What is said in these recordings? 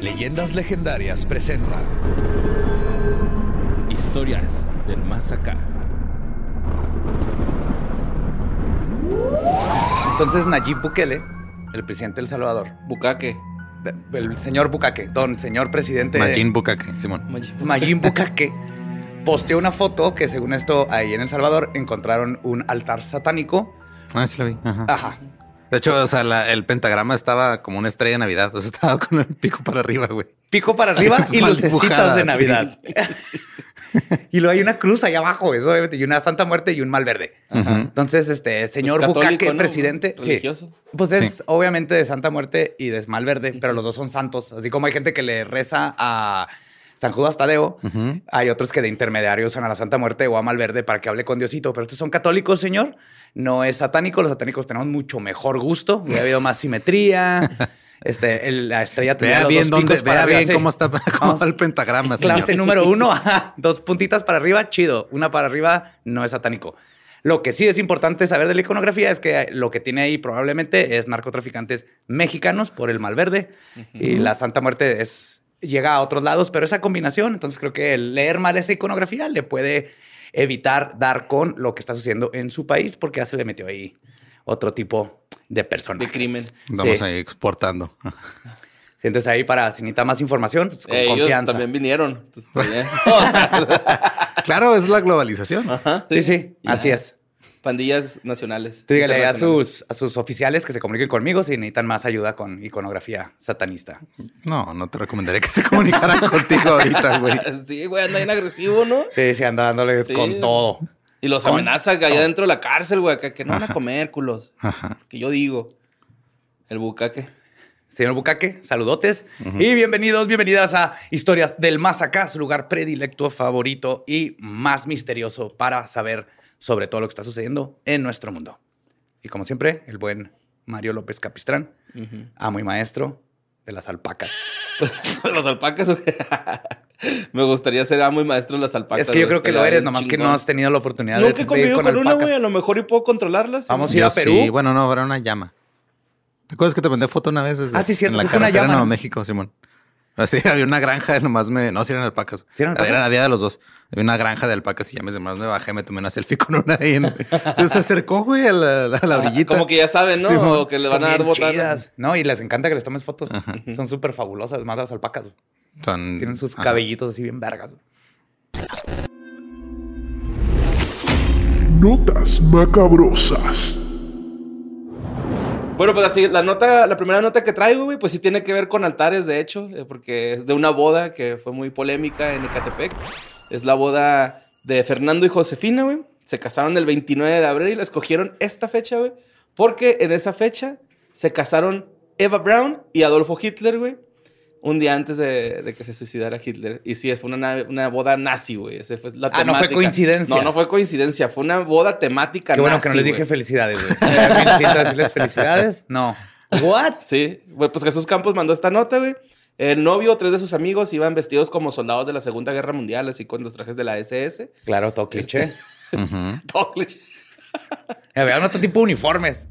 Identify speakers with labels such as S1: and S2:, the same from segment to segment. S1: Leyendas Legendarias presenta
S2: Historias del más acá.
S3: Entonces Nayib Bukele, el presidente de El Salvador,
S2: Bucaque.
S3: de- el señor Bukake, don señor presidente de-
S4: Majin Bukake, Simón.
S3: Mayim Bukake, posteó una foto que según esto ahí en El Salvador encontraron un altar satánico.
S4: Ah, sí la vi. Ajá.
S3: Ajá.
S4: De hecho, o sea, la- el pentagrama estaba como una estrella de Navidad. O sea, estaba con el pico para arriba, güey.
S3: Pico para arriba y
S4: Mal
S3: lucecitas
S4: dibujada,
S3: de
S4: sí.
S3: Navidad. y luego hay una cruz ahí abajo, eso obviamente, y una santa muerte y un mal verde.
S4: Ujú.
S3: Entonces, este señor
S2: Pues católico,
S3: Bukake,
S2: ¿no?
S3: presidente. sí.
S2: Religioso.
S3: Pues es
S4: Sí.
S3: obviamente de Santa Muerte y de Malverde, pero los dos son santos. Así como hay gente que le reza a San Judas Tadeo,
S4: Ujú.
S3: hay otros que de intermediarios usan a la Santa Muerte o a Malverde para que hable con Diosito. Pero estos son católicos, señor. No es satánico. Los satánicos tenemos mucho mejor gusto. Hubiera habido más simetría. Este, el- la estrella tenía
S4: Vea
S3: los
S4: bien
S3: dos
S4: dónde,
S3: picos para
S4: vea
S3: arriba,
S4: bien
S3: sí.
S4: cómo está, cómo
S3: Vamos.
S4: va el pentagrama, señor.
S3: Clase número uno, ajá, dos puntitas para arriba, chido. Una para arriba no es satánico. Lo que sí es importante saber de la iconografía es que lo que tiene ahí probablemente es narcotraficantes mexicanos por el Malverde y la Santa Muerte es llega a otros lados, pero esa combinación, entonces creo que el leer mal esa iconografía le puede evitar dar con lo que está sucediendo en su país porque ya se le metió ahí otro tipo de personas.
S2: De crimen.
S4: Vamos
S3: sí.
S4: ahí exportando.
S3: Sí, Entonces ahí para si necesita más información, pues, con
S2: Eh, ellos
S3: confianza.
S2: también vinieron. Entonces, todavía-
S4: Claro, es la globalización.
S3: Ah.
S2: Ajá,
S3: Sí, sí,
S2: Ya.
S3: así es.
S2: Pandillas nacionales.
S3: Tú dígale a
S2: internacionales.
S3: sus, a sus oficiales que se comuniquen conmigo si necesitan más ayuda con iconografía satanista.
S4: No, no te recomendaría que se comunicaran contigo ahorita, güey.
S2: Sí, güey, anda bien agresivo, ¿no?
S3: Sí, sí, anda dándole
S2: Sí.
S3: con todo.
S2: Y los
S3: Con
S2: amenaza allá
S3: todo.
S2: dentro de la cárcel, güey, que, que no van a comer, culos.
S4: Ajá.
S2: Que yo digo. El bucaque.
S3: Señor Bucaque, saludotes y bienvenidos, bienvenidas a Historias del Más Acá, su lugar predilecto, favorito y más misterioso para saber sobre todo lo que está sucediendo en nuestro mundo. Y como siempre, el buen Mario López Capistrán, amo y maestro de las alpacas.
S2: Los alpacas, güey. Me gustaría ser amo y maestro de las alpacas.
S3: es que yo
S2: güey,
S3: creo que
S2: estaría
S3: lo eres,
S2: bien
S3: nomás que
S2: chingón.
S3: no has tenido la oportunidad de,
S2: Nunca he
S3: de ir
S2: convivido
S3: con,
S2: con, una, güey.
S3: alpacas.
S2: A lo mejor y puedo controlarlas.
S3: Vamos a ir
S4: Yo
S3: a Perú.
S4: sí. Bueno, no, era una llama. ¿Te acuerdas que te mandé foto una vez? desde-
S3: Ah, sí, cierto,
S4: En la
S3: que fue una
S4: carretera
S3: llama,
S4: de Nuevo
S3: ¿no?
S4: México, Simón. Así, había una granja, nomás me... No, si eran alpacas.
S3: ¿Sí eran alpacas?
S4: Era la día de los dos. Había una granja de alpacas y ya me nomás me bajé, me tomé una selfie con una ahí. en- Entonces, se acercó, güey, a la,
S3: Ah,
S4: a la orillita.
S2: Como que ya saben, ¿no?
S4: Simón.
S2: O que le
S3: Son
S2: van a dar
S3: bien
S2: botanas.
S3: chidas. No, y les encanta que les tomes fotos. Son súper fabulosas, más las alpacas. güey.
S4: Son-
S3: Tienen sus
S4: Mm. ajá.
S3: cabellitos así bien vergas. güey.
S5: Notas macabrosas.
S2: Bueno, pues así, la nota, la primera nota que traigo, güey, pues sí tiene que ver con altares, de hecho, eh, porque es de una boda que fue muy polémica en Ecatepec. Es la boda de Fernando y Josefina, güey. Se casaron el 29 de abril y la escogieron esta fecha, güey, porque en esa fecha se casaron Eva Brown y Adolfo Hitler, güey, un día antes de, de que se suicidara Hitler. Y sí, fue una, una boda nazi, güey. Esa fue la
S3: Ah, no fue
S2: temática.
S3: coincidencia.
S2: No, no fue coincidencia, fue una boda temática
S3: Qué bueno que no les
S2: nazi,
S3: dije
S2: güey.
S3: felicidades. güey. Era bien distinto decirles felicidades. No. ¿What?
S2: Sí, güey, pues Jesús Campos mandó esta nota, güey. El novio o tres de sus amigos iban vestidos como soldados de la Segunda Guerra Mundial, así con los trajes de la SS.
S3: Claro, todo cliché.
S4: Este, Ujú.
S2: Todo cliché.
S3: Había otro tipo de uniformes.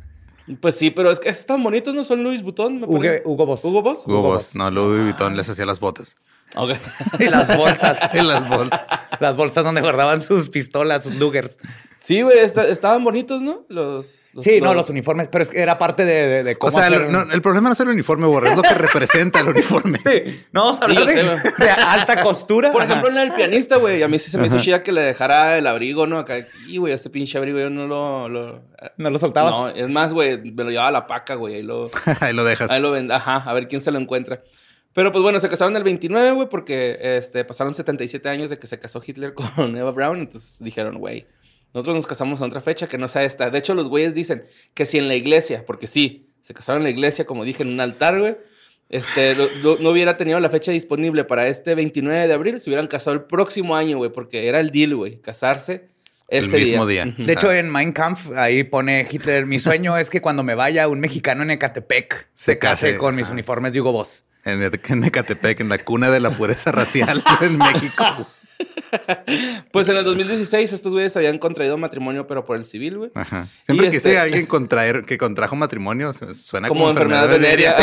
S2: Pues sí, pero es que están bonitos, ¿no? Son Luis Butón. me
S3: Hugo,
S2: parece.
S3: Hugo Boss.
S2: Hugo Boss.
S4: Hugo
S3: Hugo
S4: Boss. No, Louis
S3: Ah.
S4: Vuitton les hacía las botas.
S2: Ok.
S3: Y las bolsas.
S4: Y las bolsas.
S3: Las bolsas donde guardaban sus pistolas, sus Lugers.
S2: Sí, güey, esta- estaban bonitos, ¿no? Los,
S3: Sí, no, los uniformes, pero es que era parte de, de, de
S4: O
S3: cómo
S4: sea,
S3: hacer-
S4: lo- no, el problema no es el uniforme, borra, es lo que representa el uniforme.
S3: Sí, no, vamos a
S2: Sí,
S3: hablar
S2: yo
S3: de,
S2: sé,
S3: de alta costura.
S2: Por
S3: Ajá.
S2: ejemplo, en el pianista, güey, a mí sí se me hizo chida que le dejara el abrigo, ¿no? Acá, y güey, este pinche abrigo yo no lo... lo-
S3: no lo soltabas.
S2: No, es más, güey, me lo llevaba la paca, güey, ahí lo...
S4: Ahí lo dejas.
S2: Ahí lo ven, ajá, a ver quién se lo encuentra. Pero pues bueno, se casaron el 29, güey, porque este, pasaron 77 años de que se casó Hitler con Eva Brown, entonces dijeron, güey, nosotros nos casamos a otra fecha que no sea esta. De hecho, los güeyes dicen que si en la iglesia, porque sí, se casaron en la iglesia, como dije, en un altar, güey, este, lo- lo- no hubiera tenido la fecha disponible para este 29 de abril, se hubieran casado el próximo año, güey, porque era el deal, güey, casarse
S4: el
S2: ese
S4: mismo día.
S2: Ujú.
S3: De hecho, eh. en Mein Kampf, ahí pone Hitler, mi sueño es que cuando me vaya un mexicano en Ecatepec se,
S4: Se
S3: case,
S4: case.
S3: con mis
S4: Ah.
S3: uniformes de Hugo Boss.
S4: En, en Ecatepec, en la cuna de la pureza racial en México.
S2: Pues en el 2016 estos güeyes habían contraído matrimonio, pero por el civil, güey.
S4: Ajá. Siempre
S2: Y
S4: que
S2: este-
S4: sea alguien contraer, que contrajo matrimonio, su- suena como,
S2: Como enfermedad venérea.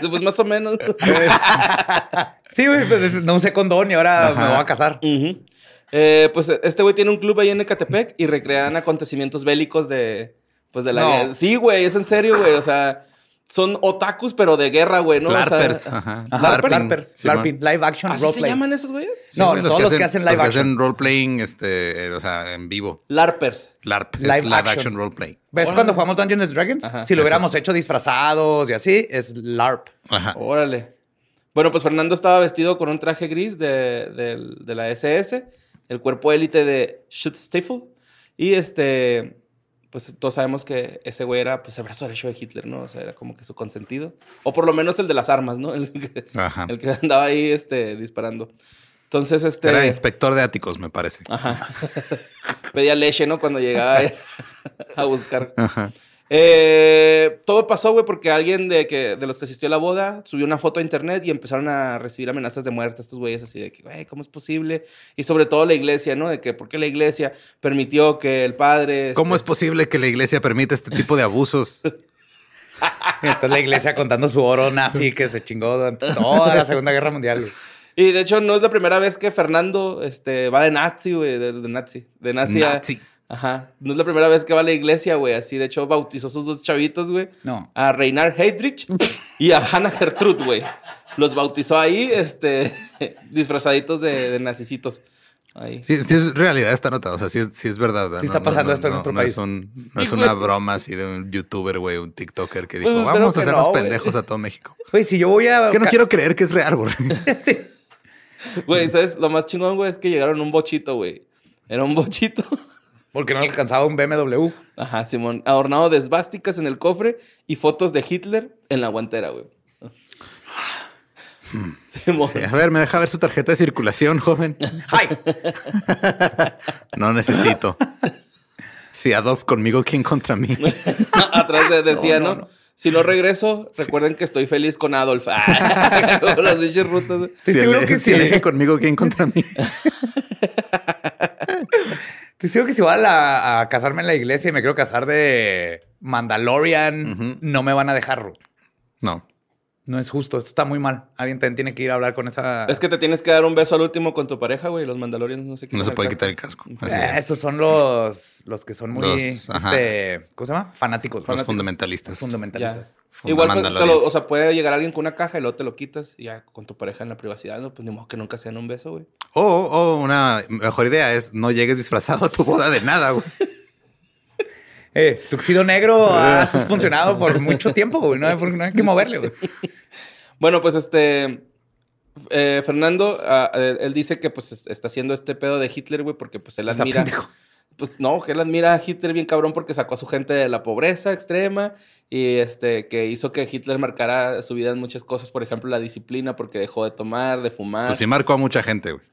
S4: sí.
S2: pues más o menos.
S3: Sí, güey, pues, no usé condón y ahora me voy a casar.
S4: Mm.
S2: Ujú. Eh, pues este güey tiene un club ahí en Ecatepec y recrean acontecimientos bélicos de, pues, de la
S3: No.
S2: guerra. Sí, güey, es en serio, güey. O sea, son otakus, pero de guerra, güey, ¿no? O sea,
S4: Larpers, ajá.
S3: Ajá,
S4: Larping,
S3: LARPers,
S4: Simón.
S3: LARPing, live action,
S2: ¿Así se
S3: roleplay.
S2: llaman esos güeyes?
S4: Sí,
S3: No,
S4: güey,
S3: todos los que hacen live
S4: los que
S3: action.
S4: hacen role playing, este, eh, o sea, en vivo.
S2: Larpers.
S4: LARP, es
S3: Live
S4: live
S3: action.
S4: action, role play.
S3: ¿Ves cuando jugamos Dungeons and Dragons? si lo hubiéramos hecho disfrazados y así, es LARP.
S4: Ajá.
S2: Órale. Bueno, pues Fernando estaba vestido con un traje gris de, del- de la SS, el cuerpo élite de Shoot Stifle. Y este, pues todos sabemos que ese güey era pues, el brazo derecho de Hitler, ¿no? O sea, era como que su consentido. O por lo menos el de las armas, ¿no? El que,
S4: Ajá.
S2: el que andaba ahí este, disparando. Entonces, este.
S4: Era inspector de áticos, me parece.
S2: Ajá. Pedía leche, ¿no? Cuando llegaba a buscar.
S4: Ajá.
S2: Eh, todo pasó, güey, porque alguien de, que, de los que asistió a la boda subió una foto a internet y empezaron a recibir amenazas de muerte. Estos güeyes así de que, güey, ¿cómo es posible? Y sobre todo la iglesia, ¿no? De que, ¿por qué la iglesia permitió que el padre... este?"
S4: ¿Cómo es posible que la iglesia permita este tipo de abusos?
S3: Y entonces la iglesia contando su oro nazi que se chingó durante toda la Segunda Guerra Mundial. güey.
S2: Y de hecho no es la primera vez que Fernando este, va de nazi, güey, de, de nazi. De nazi. a-
S4: Nazi.
S2: Ajá. No es la primera vez que va a la iglesia, güey. Así, de hecho, bautizó a sus dos chavitos, güey.
S3: No.
S2: A Reinar Heydrich y a Hannah Gertrude, güey. Los bautizó ahí, este, disfrazaditos de, de nazicitos. Ahí.
S4: Sí, sí es realidad esta nota, o sea, sí es, sí es verdad. ¿verdad?
S3: Sí está pasando esto en nuestro
S4: no
S3: país.
S4: Es un- no es
S2: Sí,
S4: una
S2: güey.
S4: broma así de un youtuber, güey, un tiktoker que
S2: Pues
S4: dijo,
S2: espero
S4: vamos
S2: que
S4: a hacernos
S2: no, güey".
S4: pendejos a todo México.
S3: Güey, si yo voy a.
S4: Es que no quiero creer que es real, güey.
S2: Güey, ¿sabes? Lo más chingón, güey, es que llegaron a un bochito, güey. Era un bochito.
S3: Porque no alcanzaba un BMW.
S2: Ajá, Simón. Adornado de esvásticas en el cofre y fotos de Hitler en la guantera, güey. Simón.
S4: Sí, a ver, me deja ver su tarjeta de circulación, joven.
S3: ¡Ay!
S4: No necesito. Si Adolf conmigo, ¿quién contra mí?
S2: Atrás de- decía,
S3: No,
S2: no,
S3: no, no.
S2: Si no regreso, recuerden que estoy feliz con Adolf. Ah, como las bichas rutas.
S3: Estoy
S4: Si
S3: seguro
S4: ele-
S3: que
S4: si
S3: sí.
S4: elige conmigo, ¿quién contra mí?
S3: Te digo que si voy a, la- a casarme en la iglesia y me quiero casar de Mandalorian,
S4: Ujú.
S3: no me van a dejar. güey.
S4: No.
S3: No es justo. Esto está muy mal. Alguien también tiene que ir a hablar con esa.
S2: Es que te tienes que dar un beso al último con tu pareja, güey. Los mandalorianos no se quitan
S4: No se
S2: el
S4: puede
S2: casco.
S4: quitar el casco. Así
S3: Eh,
S4: es.
S3: estos son los, los que son muy.
S4: Los- ajá.
S3: este, ¿Cómo se llama? Fanáticos.
S4: Los
S3: fanáticos,
S4: fundamentalistas.
S3: fundamentalistas.
S2: Ya. Igual, pues, te lo-
S4: Mandalorians.
S2: o sea, puede llegar alguien con una caja y luego te lo quitas y ya con tu pareja en la privacidad, no, pues ni modo que nunca sean un beso, güey.
S4: O o una mejor idea es no llegues disfrazado a tu boda de nada, güey.
S3: Eh, tuxido negro ha funcionado por mucho tiempo, güey. No hay, no hay que moverle, güey.
S2: Bueno, pues este. eh, Fernando, ah, él, él dice que pues es- está haciendo este pedo de Hitler, güey, porque pues él
S3: Está
S2: admira.
S3: pendejo.
S2: Pues no, que él admira a Hitler bien cabrón porque sacó a su gente de la pobreza extrema y este que hizo que Hitler marcara su vida en muchas cosas, por ejemplo, la disciplina porque dejó de tomar, de fumar,
S4: Pues sí marcó a mucha gente, güey.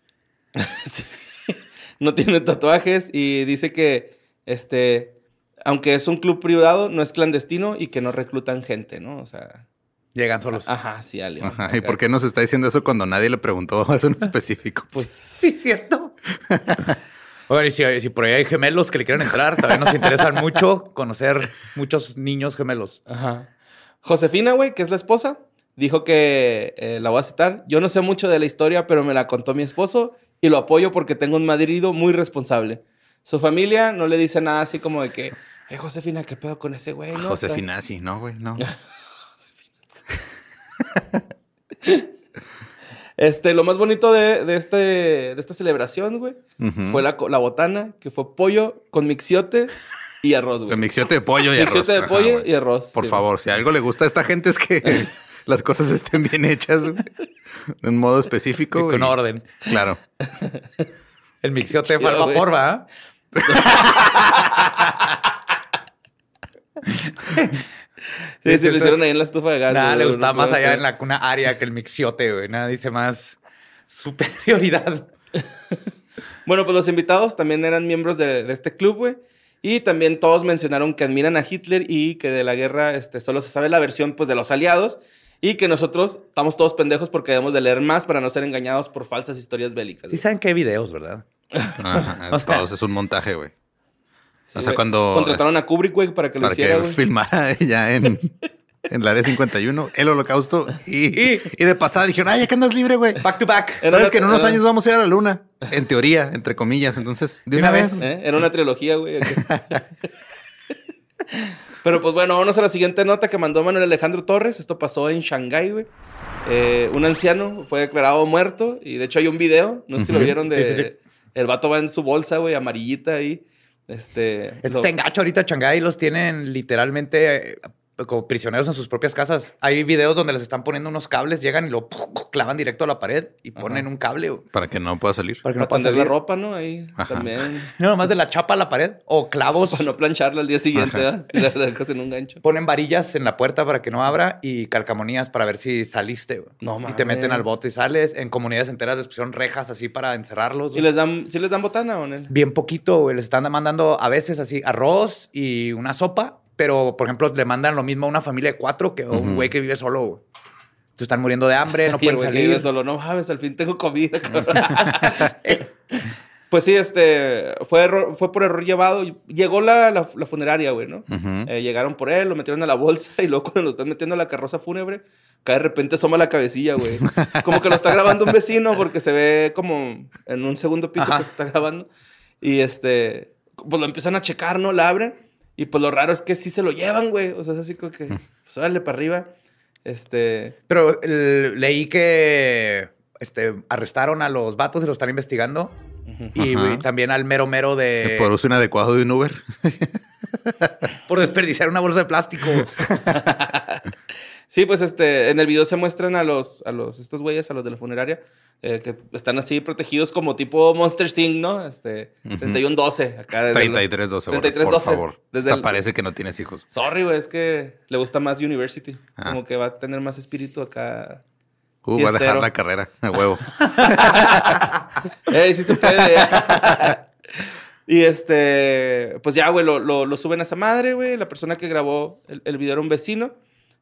S2: no tiene tatuajes y dice que este aunque es un club privado, no es clandestino y que no reclutan gente, ¿no? O sea,
S3: Llegan solos.
S2: ajá, sí, Ale.
S4: Ajá. ¿Y por qué nos está diciendo eso cuando nadie le preguntó eso en específico?
S2: Pues
S3: Sí, cierto. Oigan, y si, si por ahí hay gemelos que le quieren entrar, también nos interesan mucho conocer muchos niños gemelos.
S2: Ajá. Josefina, güey, que es la esposa, dijo que, eh, la voy a citar, yo no sé mucho de la historia, pero me la contó mi esposo y lo apoyo porque tengo un madrido muy responsable. Su familia no le dice nada así como de que, eh, Josefina, ¿qué pedo con ese güey?
S4: Ah,
S2: no?
S4: Josefina, sí, no, güey, no.
S2: Este, lo más bonito de, de este, de esta celebración, güey,
S4: Ujú.
S2: fue la, co- la botana, que fue pollo con mixiote y arroz,
S4: Con
S2: güey.
S4: mixiote de pollo y
S2: Mixiote de
S4: arroz. Ajá,
S2: pollo
S4: güey.
S2: y arroz.
S4: Por
S2: sí, güey.
S4: favor, si algo le gusta a esta gente es que las cosas estén bien hechas güey. de un modo específico.
S3: Y con
S4: güey.
S3: orden.
S4: Claro.
S3: El mixiote fue al
S2: chido, güey.
S3: vapor, ¿va?
S2: Sí, sí, lo hicieron ahí en la estufa de gas.
S3: Nada,
S2: güey,
S3: le
S2: no
S3: gustaba
S2: puede
S3: más allá
S2: ser.
S3: en la cuna área que el mixiote, güey. Nada dice más superioridad.
S2: Bueno, pues los invitados también eran miembros de, de este club, güey. Y también todos mencionaron que admiran a Hitler y que de la guerra este, solo se sabe la versión pues, de los aliados Y que nosotros estamos todos pendejos porque debemos de leer más para no ser engañados por falsas historias bélicas.
S3: Sí
S2: güey.
S3: saben que hay videos, ¿verdad?
S4: Ajá,
S3: O sea-
S4: todos es un montaje, güey.
S2: Sí,
S4: o sea,
S2: güey.
S4: cuando.
S2: Contrataron a Kubrick, güey, para que lo
S4: para que
S2: hiciera, güey.
S4: filmara ya en, en el área 51, el holocausto. Y,
S3: Y-
S4: y, de pasada dijeron, ay, ya que andas libre, güey.
S3: Back to back.
S2: Era
S4: Sabes
S2: una-
S4: que en unos
S2: era-
S4: años vamos a ir a la luna. En teoría, entre comillas. Entonces, de una, vez.
S2: ¿Eh? Era una trilogía, güey. Pero pues bueno, vámonos a la siguiente nota que mandó Manuel Alejandro Torres. Esto pasó en Shanghái, güey. Eh, un anciano fue declarado muerto y de hecho hay un video, no sé si lo vieron, de
S3: Sí, sí, sí.
S2: el vato va en su bolsa, güey, amarillita ahí. Este,
S3: Este
S2: lo-
S3: está engacho ahorita, Shanghái. Los tienen literalmente eh, como prisioneros en sus propias casas. Hay videos donde les están poniendo unos cables, llegan y lo ¡puc! clavan directo a la pared y ponen
S2: Ajá.
S3: un cable güey,
S4: Para que no pueda salir.
S3: para que
S2: para
S3: no pase
S2: tender la ropa, ¿no? Ahí
S4: Ajá.
S2: también.
S3: No, nomás de la chapa a la pared o clavos.
S2: Para no plancharla al día siguiente,
S4: Ajá.
S2: ¿verdad? Y la, la dejas en un gancho.
S3: Ponen varillas en la puerta para que no abra y carcamonías para ver si saliste. güey.
S2: No
S3: Y te
S2: mames.
S3: meten al bote y sales. En comunidades enteras les pusieron rejas así para encerrarlos.
S2: ¿Y
S3: güey.
S2: les dan, sí les dan botana o no?
S3: Bien poquito, güey. Les están mandando a veces así arroz y una sopa, pero por ejemplo, le mandan lo mismo a una familia de cuatro que a un
S4: Ujú.
S3: güey que vive solo, güey. Entonces, están muriendo de hambre, no
S2: Y el
S3: pueden
S2: güey que vive
S3: salir.
S2: solo, no mames, al fin tengo comida, cabrón. pues sí, este, fue, error- fue por error llevado. Llegó la, la- la funeraria, güey, ¿no?
S4: Ujú.
S2: Eh, llegaron por él, lo metieron a la bolsa y luego cuando lo están metiendo a la carroza fúnebre, cae de repente asoma la cabecilla, güey. Como que lo está grabando un vecino porque se ve como en un segundo piso
S3: Ajá.
S2: que está grabando. Y este, pues lo empiezan a checar, ¿no? La abren y pues lo raro es que sí se lo llevan, güey. O sea, es así como que, pues dale para arriba. Este,
S3: Pero eh, leí que este, arrestaron a los vatos y lo están investigando. Y
S4: Ajá.
S3: güey, también al mero mero
S2: Eh,
S3: de.
S4: Se produce un adecuado de un Uber.
S3: Por desperdiciar una bolsa de plástico.
S2: Sí, pues este, en el video se muestran a los, a los, estos güeyes, a los de la funeraria, eh, que están así protegidos como tipo Monster Sing, ¿no? Este,
S4: Ujú.
S2: 31-12, acá. desde el-
S4: 33 12,
S2: 33,
S4: por
S2: 12,
S4: favor.
S2: desde
S4: Hasta
S2: el-
S4: parece que no tienes hijos.
S2: Sorry, güey, es que le gusta más University.
S4: Ah.
S2: Como que va a tener más espíritu acá.
S4: Uh, va a dejar
S2: Fiestero.
S4: la carrera. A huevo.
S2: ¡Ey, sí se puede! y este, pues ya, güey, lo, lo- lo suben a esa madre, güey. La persona que grabó el, el video era un vecino.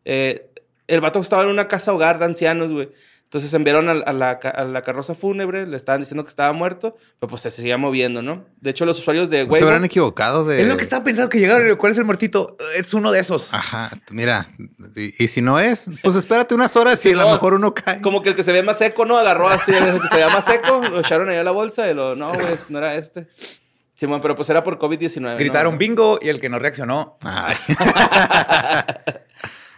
S2: Eh, el vato estaba en una casa hogar de ancianos, güey. Entonces enviaron a, a la, ca- a la carroza fúnebre, le estaban diciendo que estaba muerto, pero pues se seguía moviendo, ¿no? De hecho, los usuarios de
S4: ¿No se
S2: Weibo...
S4: habrán equivocado de.
S3: Es lo que estaba pensando que llegaron. ¿Cuál es el muertito? Es uno de esos.
S4: Ajá, mira, y, y si no es, pues espérate unas horas y a lo
S2: no,
S4: mejor uno cae.
S2: Como que el que se ve más seco, ¿no? Agarró así el que se veía más seco, lo echaron ahí a la bolsa y lo... No, güey, no era este. Simón, pero pues era por COVID-19. ¿no?
S3: Gritaron bingo y el que no reaccionó.
S4: Ay,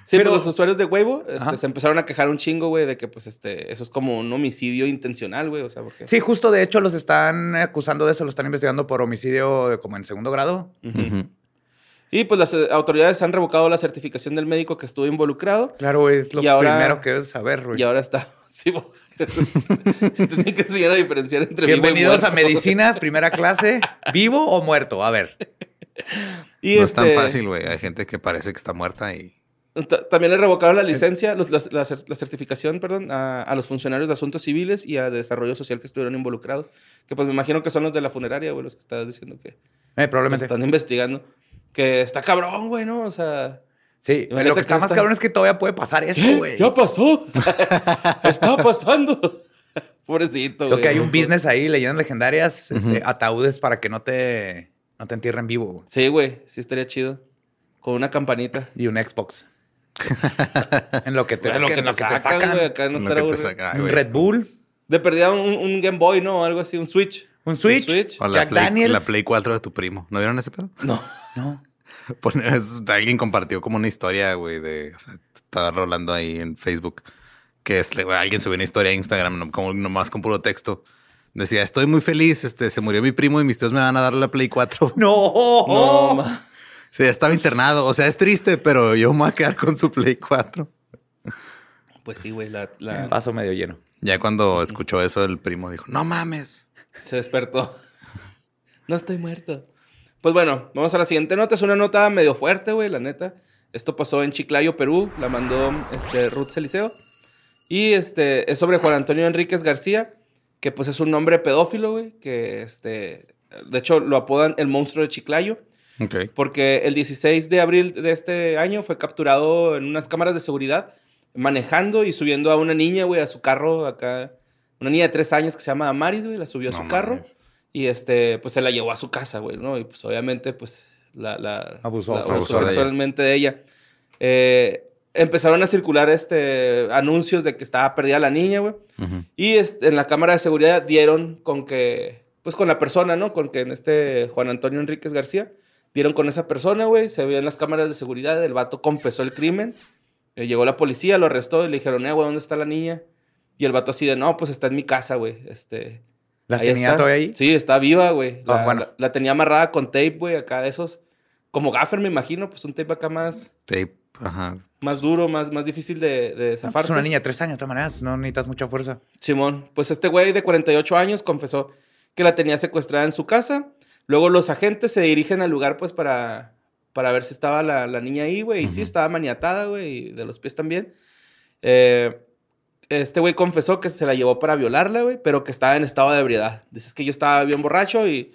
S2: Sí,
S3: Pero-
S2: pero los usuarios de Weibo este,
S3: Ajá.
S2: se empezaron a quejar un chingo, güey, de que pues este, eso es como un homicidio intencional, güey, o sea, porque...
S3: Sí, justo de hecho los están acusando de eso, los están investigando por homicidio de como en segundo grado.
S2: Ujú.
S4: ujú.
S2: Y pues las eh, autoridades han revocado la certificación del médico que estuvo involucrado
S3: Claro, es lo
S2: Y ahora-
S3: primero que es saber, güey.
S2: y ahora está... Sí, bo- sí te tienen que enseñar a diferenciar entre vivo y
S3: Bienvenidos a
S2: muerto.
S3: medicina, primera clase, vivo o muerto. A ver,
S2: Y
S4: no
S2: este,
S4: es tan fácil, güey. Hay gente que parece que está muerta y.
S2: ta- También le revocaron
S3: Eh.
S2: la licencia, los- la, la cer- la certificación, perdón, a, a los funcionarios de asuntos civiles y a desarrollo social que estuvieron involucrados. Que pues me imagino que son los de la funeraria, güey, los que estabas diciendo que...
S3: Eh,
S2: Los
S3: probablemente.
S2: están investigando. Que está cabrón, güey, ¿no? O sea.
S3: Sí,
S2: Imagínate
S3: lo que
S2: que
S3: está más
S2: está-
S3: cabrón es que todavía puede pasar eso, güey.
S2: ¡Ya pasó! ¡Está pasando! Pobrecito,
S3: Creo
S2: güey.
S3: que hay un business ahí, leyendas legendarias, este,
S4: Ujú.
S3: ataúdes para que no te, no te entierren vivo güey.
S2: Sí, güey. Sí, estaría chido. Con una campanita.
S3: y un Xbox. en lo que te,
S2: Lo que
S3: en
S2: te
S3: lo que te
S2: sacan,
S3: sacan.
S2: güey. Acá
S4: lo
S2: no estará
S4: que te
S2: aburrido.
S4: saca, ay,
S3: un
S4: güey.
S3: Red Bull,
S2: De perdida un, un Game Boy, ¿no? O algo así. Un Switch.
S3: un Switch,
S2: Switch.
S4: O la,
S3: Jack
S4: Play,
S3: Daniels.
S4: la Play 4 de tu primo. ¿No vieron ese pedo?
S2: No.
S3: No.
S4: Pone- es- alguien compartió como una historia, güey, de. O sea, estaba rolando ahí en Facebook. Que es, güey, alguien subió una historia a Instagram, no- como nomás con puro texto. Decía, estoy muy feliz, este, se murió mi primo y mis tíos me van a dar la Play 4.
S3: No.
S2: No, ma-
S4: Sí, ya estaba internado. O sea, es triste, pero yo me voy a quedar con su Play 4.
S2: Pues sí, güey. La, la-
S3: Vaso medio lleno.
S4: Ya cuando escuchó eso, el primo dijo, no mames.
S2: Se despertó. No estoy muerto. Pues bueno, vamos a la siguiente nota. Es una nota medio fuerte, güey, la neta. Esto pasó en Chiclayo, Perú. La mandó este, Ruth Eliseo. Y este, es sobre Juan Antonio Enríquez García, que pues es un hombre pedófilo, güey. Que este, de hecho lo apodan el monstruo de Chiclayo.
S4: Ok.
S2: Porque el 16 de abril de este año fue capturado en unas cámaras de seguridad manejando y subiendo a una niña, güey, a su carro acá. Una niña de tres años que se llama Amaris, güey, la subió a
S4: No
S2: su carro.
S4: mames.
S2: Y este, pues se la llevó a su casa, güey, ¿no? Y pues obviamente, pues la. la
S3: Abusó.
S2: la
S4: Abusó de ella.
S2: sexualmente de ella. Eh, empezaron a circular este, anuncios de que estaba perdida la niña, güey.
S4: Ujú.
S2: Y este, en la cámara de seguridad dieron con que, pues con la persona, ¿no? Con que en este Juan Antonio Enríquez García, dieron con esa persona, güey. Se vio en las cámaras de seguridad, el vato confesó el crimen. Eh, llegó la policía, lo arrestó y le dijeron, eh, güey, ¿dónde está la niña? Y el vato así de, no, pues está en mi casa, güey. Este,
S3: ¿La
S2: ahí
S3: tenía
S2: está.
S3: todavía ahí?
S2: Sí, está viva,
S3: Ah,
S2: güey. La,
S3: bueno.
S2: la- la tenía amarrada con tape, güey, acá de esos. Como gaffer, me imagino, pues un tape acá más,
S4: Tape, ajá.
S2: más duro, más, más difícil de, de
S3: Ah,
S2: zafar.
S3: pues, Es una niña de tres años, de todas maneras, no necesitas mucha fuerza.
S2: Simón, pues este güey de 48 años confesó que la tenía secuestrada en su casa. Luego los agentes se dirigen al lugar pues para, para ver si estaba la, la niña ahí, güey. Y sí,
S4: Ujú.
S2: estaba maniatada, güey, y de los pies también. Eh, este güey confesó que se la llevó para violarla, güey, pero que estaba en estado de ebriedad. Dices que yo estaba bien borracho y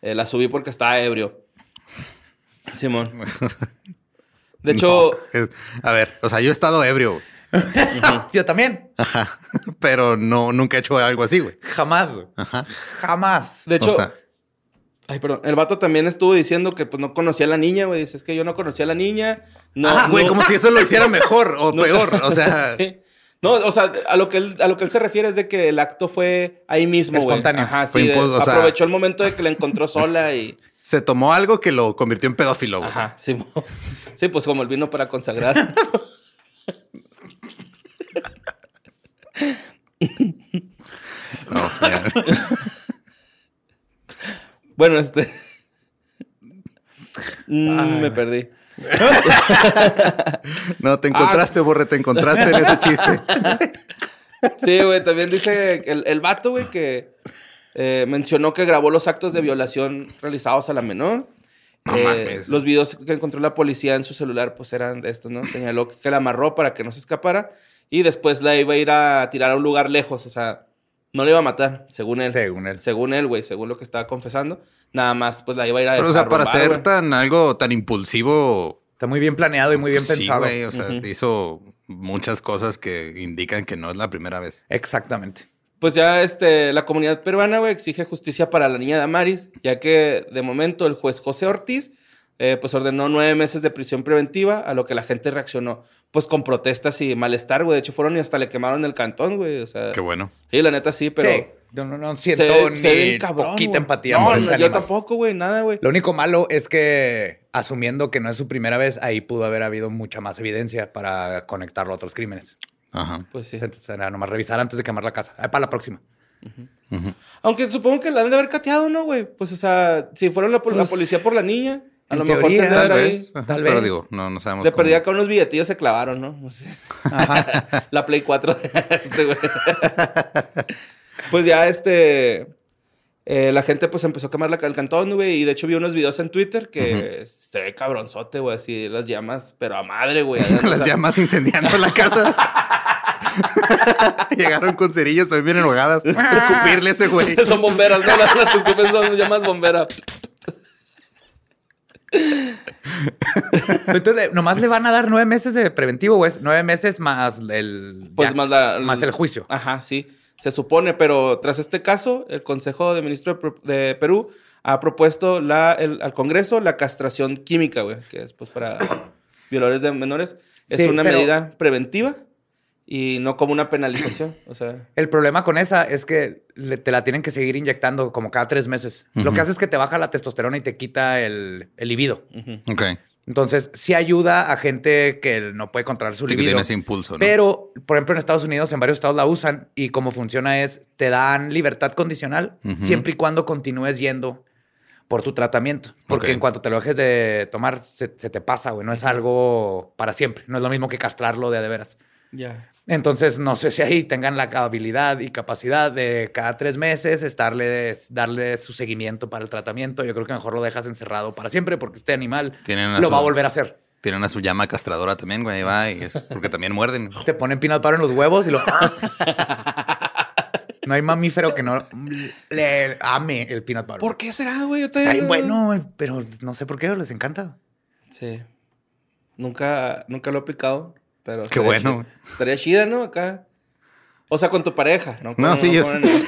S2: eh, la subí porque estaba ebrio. Simón. De hecho,
S4: No, es- a ver, o sea, yo he estado ebrio, güey,
S3: Yo también.
S4: pero no, nunca he hecho algo así, güey.
S3: Jamás. güey.
S4: Ajá.
S3: Jamás.
S2: de hecho,
S4: o sea,
S2: Ay, perdón. El vato también estuvo diciendo que pues no conocía a la niña, güey. Dice, es que yo no conocía a la niña. No,
S4: ajá, Ah, güey,
S2: no-
S4: como si eso lo hiciera mejor o
S2: no-
S4: peor. O sea,
S2: Sí. No, o sea, a lo, que él, a lo que él se refiere es de que el acto fue ahí mismo, güey.
S3: Espontáneo.
S2: Ajá,
S4: Fue
S2: sí. de-
S4: impulso, o sea-
S2: aprovechó el momento de que la encontró sola y...
S4: se tomó algo que lo convirtió en pedófilo, güey.
S2: Ajá, sí. mo- Sí, pues como el vino para consagrar.
S4: No, ya.
S2: Bueno, este... Mm, me perdí.
S4: No,
S2: Ah,
S4: te encontraste, Borre, te encontraste en ese chiste.
S2: Sí, güey, también dice que el, el vato, güey, que eh, mencionó que grabó los actos de violación realizados a la menor.
S4: No
S2: Eh,
S4: mames.
S2: Los videos que encontró la policía en su celular, pues eran de estos, ¿no? Señaló que la amarró para que no se escapara y después la iba a ir a tirar a un lugar lejos, o sea, no la iba a matar, según él.
S3: Según él.
S2: Según él, güey, según lo que estaba confesando. Nada más, pues la iba a ir a
S4: Pero, o sea,
S2: a
S4: para
S2: robar,
S4: ser
S2: güey.
S4: tan algo tan impulsivo. pues
S3: Está muy bien planeado y muy bien
S4: sí,
S3: pensado.
S4: güey, o sea,
S2: Ujú.
S4: hizo muchas cosas que indican que no es la primera vez.
S3: Exactamente.
S2: Pues ya este, la comunidad peruana, güey, exige justicia para la niña Damaris, ya que de momento el juez José Ortiz, eh, pues ordenó nueve meses de prisión preventiva, a lo que la gente reaccionó, pues con protestas y malestar, güey. De hecho, fueron y hasta le quemaron el cantón, güey. O sea,
S4: Qué bueno.
S2: sí, la neta sí, pero.
S3: sí. No, no, no siento
S2: ve-
S3: ni
S2: ve bien
S3: poquita
S2: güey.
S3: empatía
S2: No,
S3: por
S2: no,
S3: ese
S2: yo
S3: animal.
S2: tampoco, güey, nada, güey.
S3: Lo único malo es que, asumiendo que no es su primera vez, ahí pudo haber habido mucha más evidencia para conectarlo a otros crímenes.
S4: Ajá.
S2: Pues sí.
S3: Entonces, era nomás revisar antes de quemar la casa. Ah, para la próxima.
S4: Ujú.
S2: Aunque supongo que la han de haber cateado, ¿no, güey? Pues, o sea, si fueron la, pol- la
S3: Pues,
S2: policía por la niña, a
S3: en
S2: lo mejor se
S3: teoría,
S2: han de
S4: Tal
S2: haber ahí.
S4: vez. ajá,
S3: tal
S4: pero
S3: vez.
S4: digo, no, no sabemos.
S2: De
S4: cómo.
S2: perdida con unos billetillos se clavaron, ¿no? No sé.
S3: Ajá.
S2: La Play 4. Este, güey. pues ya este. eh, la gente pues empezó a quemar la, el cantón, güey. Y de hecho vi unos videos en Twitter que se ve cabronzote, güey. Así las llamas, pero a madre, güey. allá, o
S4: Las
S2: sea,
S4: llamas incendiando la casa. Llegaron con cerillas también bien enojadas.
S3: Ah.
S4: Escupirle a ese güey.
S2: Son bomberas, ¿no? Las, las que escupen son llamas bomberas.
S3: Entonces, le- nomás le van a dar nueve meses de preventivo, güey. Nueve meses más el.
S2: Pues
S3: ya,
S2: más, la-
S3: más el juicio.
S2: Ajá, sí. Se supone, pero tras este caso, el Consejo de Ministros de, Pro- de Perú ha propuesto la- el- al Congreso la castración química, güey, que es pues para violadores de menores. Es
S3: Sí,
S2: una
S3: pero-
S2: medida preventiva y no como una penalización. O sea,
S3: El problema con esa es que le- te la tienen que seguir inyectando como cada tres meses. Lo
S4: Ujú.
S3: que hace es que te baja la testosterona y te quita el, el libido.
S2: ujú.
S4: Ok.
S3: Entonces, sí ayuda a gente que no puede controlar su
S4: Sí que
S3: libido.
S4: tiene ese impulso, ¿no?
S3: Pero, por ejemplo, en Estados Unidos, en varios estados la usan y cómo funciona es, te dan libertad condicional
S4: Ujú.
S3: siempre y cuando continúes yendo por tu tratamiento. Porque
S4: Ok.
S3: en cuanto te lo dejes de tomar, se, se te pasa, güey. No es algo para siempre. No es lo mismo que castrarlo de a de veras.
S2: Ya.
S3: Entonces, no sé si ahí tengan la habilidad y capacidad de cada tres meses estarle, darle su seguimiento para el tratamiento. Yo creo que mejor lo dejas encerrado para siempre porque este animal
S4: Tienen a
S3: lo
S4: su-
S3: va a volver a hacer.
S4: Tienen a su llama castradora también, güey. Ahí va. Y es porque también muerden.
S3: Te ponen pinal paro en los huevos y lo. no hay mamífero que no le ame el peanut butter.
S2: ¿Por qué será, güey? Yo te-
S3: Está bien bueno, güey, pero no sé por qué les encanta.
S2: Sí. Nunca, nunca lo he picado. Pero
S4: Qué
S2: estaría
S4: bueno,
S2: chida-
S4: güey.
S2: Estaría chida, ¿no? Acá. O sea, con tu pareja, ¿no?
S4: No,
S2: Con-
S4: sí,
S2: no
S4: yo
S2: con-
S4: sé.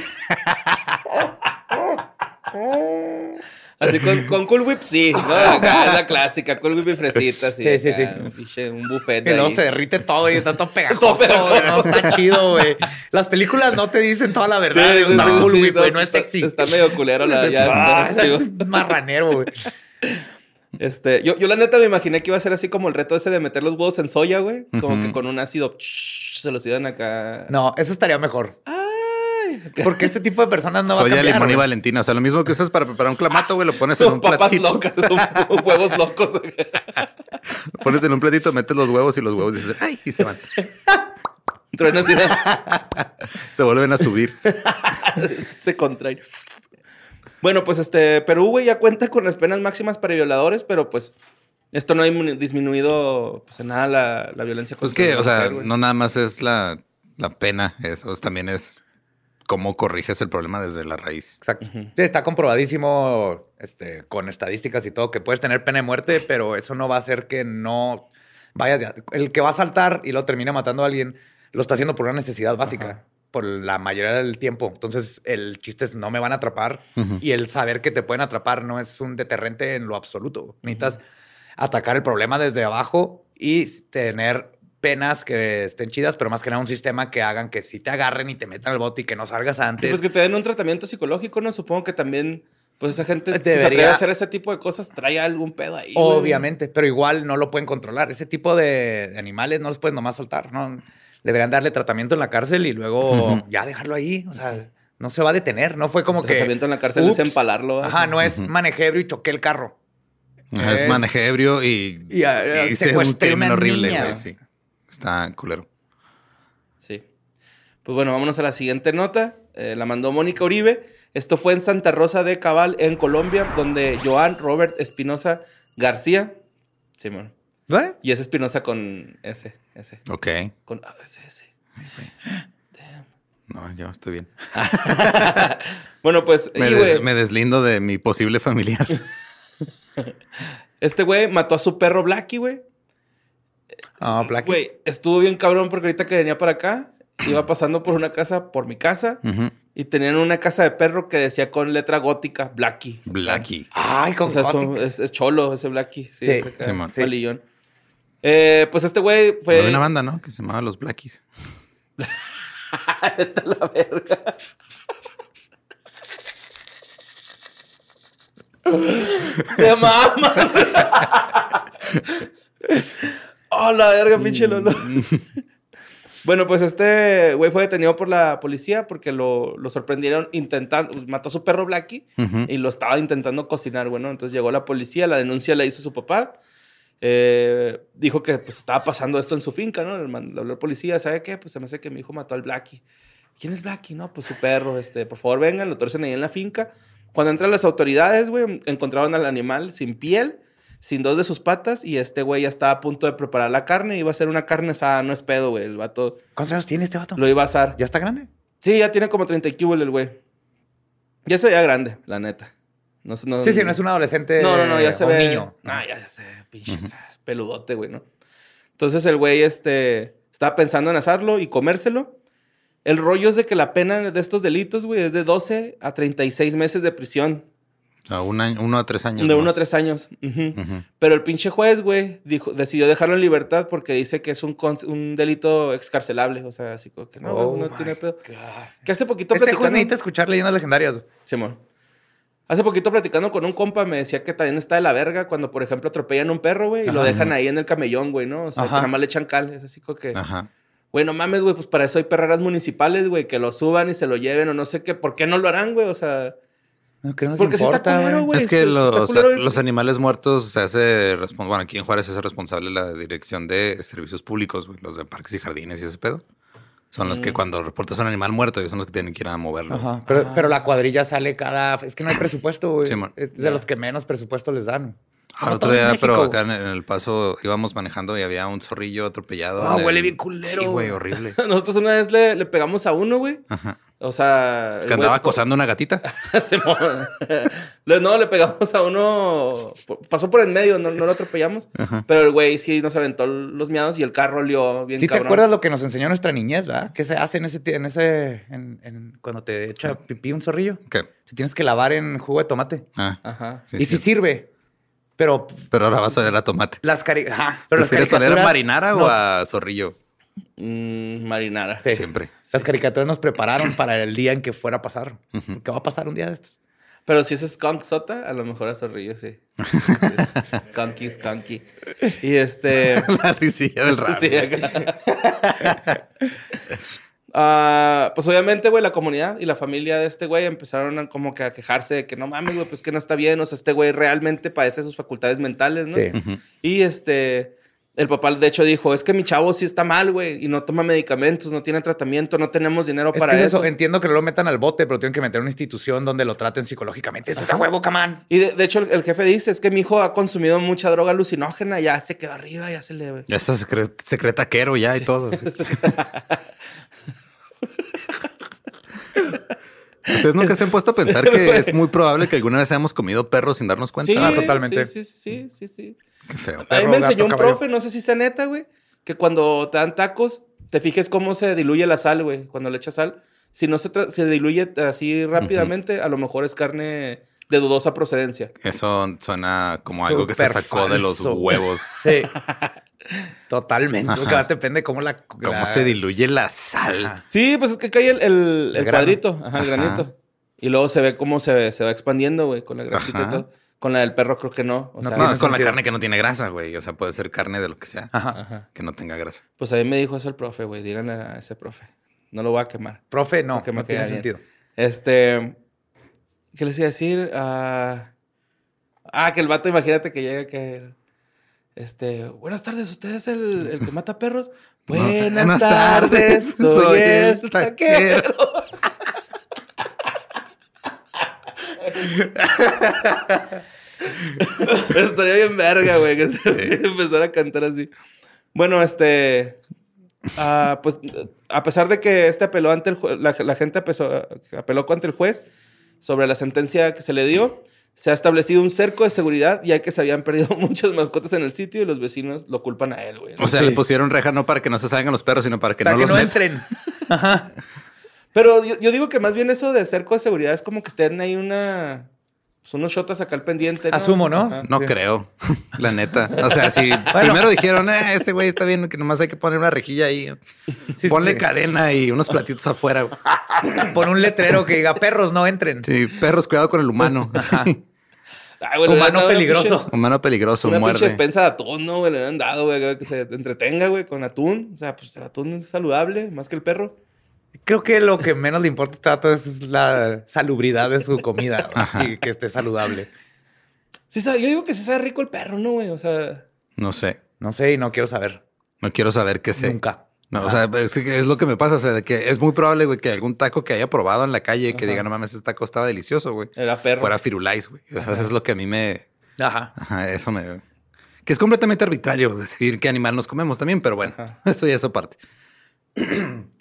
S2: Así con, con Cool Whip, sí. ¿no? Acá es la clásica, Cool Whip y fresita, sí.
S3: Sí, sí,
S2: acá,
S3: sí.
S2: un pinche- Un buffet.
S3: Y luego
S2: ahí.
S3: se derrite todo y está todo pegajoso, güey. No está chido, güey. Las películas no te dicen toda la verdad.
S2: Sí,
S3: digo, está
S2: sí,
S3: cool,
S2: sí,
S3: güey,
S2: no,
S3: pues, no es
S2: está-
S3: sexy.
S2: Está medio culero la ya.
S3: Ah,
S2: pero sí,
S3: es marranero, güey.
S2: Este, yo, yo la neta me imaginé que iba a ser así como el reto ese de meter los huevos en soya, güey. Como que
S4: Ujú.
S2: con un ácido ch- se los iban acá.
S3: No, eso estaría mejor.
S2: Ay,
S3: Porque este tipo de personas no va a
S4: Soy
S3: cambiar.
S4: limón y
S3: güey.
S4: valentina. O sea, lo mismo que usas para preparar un clamato, güey, lo pones en
S2: son
S4: un
S2: papas
S4: platito.
S2: locas, son huevos locos.
S4: Lo pones en un platito, metes los huevos y los huevos dices, ay, y se van.
S2: Truena así, ¿no?
S4: Se vuelven a subir.
S2: se contraen. Bueno, pues este, Perú, güey, ya cuenta con las penas máximas para violadores, pero pues esto no ha disminu- disminuido pues en nada la, la violencia
S4: Pues
S2: contra
S4: que,
S2: la
S4: o sea,
S2: mujer, güey.
S4: no nada más es la, la pena, eso es- también es cómo corriges el problema desde la raíz.
S3: Exacto. Sí, está comprobadísimo este, con estadísticas y todo que puedes tener pena de muerte, pero eso no va a hacer que no vayas. ya- El que va a saltar y lo termina matando a alguien, lo está haciendo por una necesidad básica,
S2: Ajá.
S3: por la mayoría del tiempo. Entonces, el chiste es no me van a atrapar y el saber que te pueden atrapar no es un deterrente en lo absoluto. Necesitas atacar el problema desde abajo y tener penas que estén chidas, pero más que nada un sistema que hagan que si te agarren y te metan al bote y que no salgas
S2: Y,
S3: antes.
S2: Pues que te den un tratamiento psicológico, ¿no? Supongo que también, pues esa gente, si se
S3: Debería-
S2: atreve a hacer ese tipo de cosas, trae algún pedo ahí. güey.
S3: Obviamente, pero igual no lo pueden controlar. Ese tipo de de animales no los pueden nomás soltar, ¿no? Deberían darle tratamiento en la cárcel y luego ya dejarlo ahí. O sea, no se va a detener. No fue como
S2: El
S3: que.
S2: tratamiento en la cárcel es
S3: ups.
S2: empalarlo. ¿eh? ¿verdad?
S3: Ajá, no es manejé ebrio y choqué el carro.
S4: Ajá, Es,
S3: Es-
S4: maneje ebrio y,
S3: Y, ah,
S4: hice un
S3: secuestré
S4: crimen
S3: una
S4: horrible,
S3: niña.
S4: güey. Sí. Está culero.
S2: Sí. Pues bueno, vámonos a la siguiente nota. Eh, la mandó Mónica Uribe. Esto fue en Santa Rosa de Cabal, en Colombia, donde Joan Robert Espinosa García. Sí, bueno.
S3: ¿Eh?
S2: Y es Espinosa con ese, ese.
S4: Ok.
S2: Con ah, ese, ese.
S4: No, yo estoy bien.
S2: Bueno, pues.
S4: Me,
S2: y,
S4: des-
S2: güey,
S4: me deslindo de mi posible familiar.
S2: Este güey mató a su perro Blackie, güey.
S3: No, Blacky.
S2: Güey, estuvo bien cabrón porque ahorita que venía para acá, iba pasando por una casa, por mi casa,
S4: Ujú.
S2: y tenían una casa de perro que decía con letra gótica, Blackie.
S4: Blackie.
S3: Ay, con
S2: O sea, son-
S3: Gothic.
S2: es, es cholo ese Blackie. Sí,
S3: Sí.
S2: es acá,
S4: Simón.
S2: es palillón. Eh, pues este güey fue.
S4: Había una banda, ¿no? Que se llamaba Los Blackies.
S2: Vete a la verga. Te mamas. oh, la verga, pinche Lolo. bueno, pues este güey fue detenido por la policía porque lo, lo sorprendieron intentando. Mató a su perro Blackie
S4: Ujú.
S2: y lo estaba intentando cocinar, bueno, entonces llegó la policía, la denuncia la hizo su papá, eh, dijo que pues estaba pasando esto en su finca, ¿no? Le mandó al policía, ¿sabe qué? Pues se me hace que mi hijo mató al Blackie. ¿Quién es Blackie? No, pues su perro, este, por favor vengan, lo torcen ahí en la finca. Cuando entran las autoridades, güey, encontraron al animal sin piel, sin dos de sus patas y este güey ya estaba a punto de preparar la carne, iba a ser una carne asada, no es pedo, güey, el vato
S3: ¿Cuántos años tiene este vato?
S2: lo iba a asar.
S3: ¿Ya está grande?
S2: Sí, ya tiene como 30 y cubo el güey. Ya se veía grande, la neta. No, sé,
S3: Sí, sí, no es un adolescente.
S2: no, no, no, ya se
S3: o un
S2: ve.
S3: niño.
S2: No, ya, ya se ve, pinche acá, peludote, güey, ¿no? Entonces el güey este, estaba pensando en asarlo y comérselo. El rollo es de que la pena de estos delitos, güey, es de 12 a 36 meses de prisión.
S4: A un año- uno a tres años.
S2: De 1 a
S4: más.
S2: 3 años. Ujú.
S4: Ujú.
S2: Pero el pinche juez, güey, dijo, decidió dejarlo en libertad porque dice que es un, cons- un delito excarcelable. O sea, así como que no,
S3: Oh
S2: no
S3: my
S2: tiene pedo.
S3: God.
S2: Que hace poquito
S3: Este juez
S2: platicando-
S3: necesita escuchar leyendas legendarias.
S2: Simón. Hace poquito platicando con un compa me decía que también está de la verga cuando, por ejemplo, atropellan un perro, güey, y lo
S3: Ajá.
S2: dejan ahí en el camellón, güey, ¿no? O sea, que
S3: Ajá. Ah.
S2: nada más le echan cal. Es así como que,
S4: Ajá.
S2: güey, no mames, güey, pues para eso hay perreras municipales, güey, que lo suban y se lo lleven o no sé qué. ¿Por qué no lo harán, güey? O sea,
S3: No, que no les
S2: Porque sí está
S3: importa,
S2: culero, güey.
S4: es que
S2: está-
S4: los,
S2: está
S4: o sea,
S2: culero el-
S4: los animales muertos se hace responsable. Bueno, aquí en Juárez se hace responsable la dirección de servicios públicos, güey, los de parques y jardines y ese pedo. Son los que cuando reportas un animal muerto, ellos son los que tienen que ir a moverlo.
S3: Ajá, pero, pero la cuadrilla sale cada... Es que no hay presupuesto, güey.
S4: Sí, man.
S3: es de los que menos presupuesto les dan.
S4: Ah, el
S3: No
S4: otro
S3: todo en
S4: día, pero
S3: México.
S4: acá en, en el paso íbamos manejando y había un zorrillo atropellado.
S3: Ah,
S4: en el-
S3: huele bien culero.
S4: Sí, güey, horrible.
S2: Nosotros una vez le, le pegamos a uno, güey.
S4: Ajá.
S2: O sea. el
S4: Que
S2: güey-
S4: andaba acosando una gatita.
S2: Simón. Le- no, le pegamos a uno. po- Pasó por en medio, no, no lo atropellamos. Pero el güey sí nos aventó los miados y el carro olió bien
S3: Sí, te
S2: cabrón.
S3: acuerdas lo que nos enseñó nuestra niñez, ¿verdad? ¿Qué se hace en ese, ti- en ese, en- en- cuando te echa pipí un zorrillo?
S4: ¿Qué?
S3: Te tienes que lavar en jugo de tomate.
S4: Ah,
S2: Ajá.
S4: sí,
S3: y
S4: sí.
S3: sí sirve, pero
S4: Pero ahora vas a ver a tomate.
S3: las, cari ajá, pero las
S4: ¿Prefieres oler a
S3: caricaturas
S4: marinara o
S3: nos-
S4: a zorrillo?
S2: Mm, marinara.
S3: Sí.
S4: Siempre.
S3: Las caricaturas nos prepararon para el día en que fuera a pasar. ¿Qué va a pasar un día de estos?
S2: Pero si es skunk sota, a lo mejor a zorrillo sí. Sí, es skunky, skunky. Y este.
S4: La risilla del raro.
S2: Sí, acá. Ah, pues obviamente, güey, la comunidad y la familia de este güey empezaron a, como que a quejarse de que no mames, güey, pues que no está bien. O sea, este güey realmente padece sus facultades mentales, ¿no?
S3: Sí.
S2: Y este, el papá de hecho dijo, es que mi chavo sí está mal, güey, y no toma medicamentos, no tiene tratamiento, no tenemos dinero
S3: Es
S2: para
S3: que es
S2: eso.
S3: eso. Entiendo que no lo metan al bote, pero tienen que meter una institución donde lo traten psicológicamente. Eso es a huevo, camán.
S2: Y de, de hecho el, el jefe dice, es que mi hijo ha consumido mucha droga alucinógena, ya se quedó arriba, ya se le...
S4: Ya está secre- secretaquero ya y todo. ¿Ustedes nunca se han puesto a pensar que es muy probable que alguna vez hayamos comido perros sin darnos cuenta?
S2: Sí,
S3: Ah, totalmente.
S2: Sí, sí, sí, sí, sí.
S4: Qué feo.
S2: A mí
S3: Perro,
S2: me
S3: gato,
S2: enseñó un
S3: caballo.
S2: profe, no sé si sea neta, güey, que cuando te dan tacos, te fijes cómo se diluye la sal, güey, cuando le echas sal. Si no se, tra- se diluye así rápidamente, a lo mejor es carne de dudosa procedencia.
S4: Eso suena como algo que se
S3: Súper
S4: sacó de los
S3: falso.
S4: huevos.
S3: Sí. Totalmente.
S4: Ajá.
S3: Claro, depende cómo la.
S4: ¿Cómo se diluye la sal?
S3: Ajá.
S2: Sí, pues es que cae el, el-
S3: El
S2: el
S3: grano.
S2: cuadrito, ajá, el
S4: Ajá.
S2: granito. Y luego se ve cómo se, se va expandiendo, güey, con la grasita
S4: Ajá.
S2: y todo. Con la del perro creo que no. O
S3: No,
S2: sea,
S4: No, es con la
S3: sentido. Ah.
S4: carne que no tiene grasa, güey. O sea, puede ser carne de lo que sea
S3: Ajá.
S2: ajá.
S4: que no tenga grasa.
S2: Pues a mí me dijo eso el profe, güey. Díganle a ese profe. No lo voy a quemar.
S3: Profe, no,
S2: Porque me
S3: no tiene
S2: queda bien.
S3: sentido.
S2: Este. ¿Qué les iba a decir? Ah, ah, que el vato, imagínate que llega que. Este. Buenas tardes, ¿usted es el, el que mata perros? Buenas,
S4: Buenas tardes,
S2: tardes, soy,
S4: soy
S2: el,
S4: el
S2: taquero. Estaría bien verga, güey, que se empezara a cantar así. Bueno, este. Ah, pues a pesar de que este apeló ante el jue- la, la gente apesó- apeló ante el juez sobre la sentencia que se le dio, se ha establecido un cerco de seguridad ya que se habían perdido muchas mascotas en el sitio y los vecinos lo culpan a él, güey.
S4: O sea,
S3: Sí.
S4: le pusieron reja no para que no se salgan los perros, sino para que
S3: Para
S4: no
S3: que
S4: los
S3: no
S4: metan.
S3: entren.
S2: Pero yo, yo digo que más bien eso de cerco de seguridad es como que estén ahí una... pues, unos shotas acá al pendiente.
S3: Asumo, ¿no?
S2: Ajá.
S4: No
S3: Sí.
S4: creo, la neta. O sea, si primero dijeron, "Eh, ese güey está bien, que nomás hay que poner una rejilla ahí.
S3: Sí,
S4: Ponle
S3: sí.
S4: cadena y unos platitos afuera. güey.
S3: Pon un letrero que diga perros no entren.
S4: Sí, perros, cuidado con el humano. Sí.
S2: Ay, Ah, güey,
S3: Humano
S2: le hubieran dado una
S3: peligroso.
S2: pinche-
S4: Humano peligroso,
S2: Una pinche
S4: muerde.
S2: despensa de atún, ¿no? güey? Le han dado, güey, que se entretenga, güey, con atún. O sea, pues el atún es saludable, más que el perro.
S3: Creo que lo que menos le importa a este vato es la salubridad de su comida güey, y que esté saludable.
S2: Sí sabe- yo digo que sí sabe rico el perro, ¿no, güey? O sea,
S4: No sé.
S3: No sé y no quiero saber.
S4: No quiero saber qué sé.
S3: Nunca.
S4: No, o sea, es, es lo que me pasa. O sea, de que es muy probable, güey, que algún taco que haya probado en la calle que diga, no mames, ese taco estaba delicioso, güey.
S2: era perro.
S4: Fuera firulais, güey. O sea, eso es lo que a mí me.
S3: Ajá.
S4: Ajá, eso me. Que es completamente arbitrario decidir qué animal nos comemos también, pero bueno, eso ya es aparte.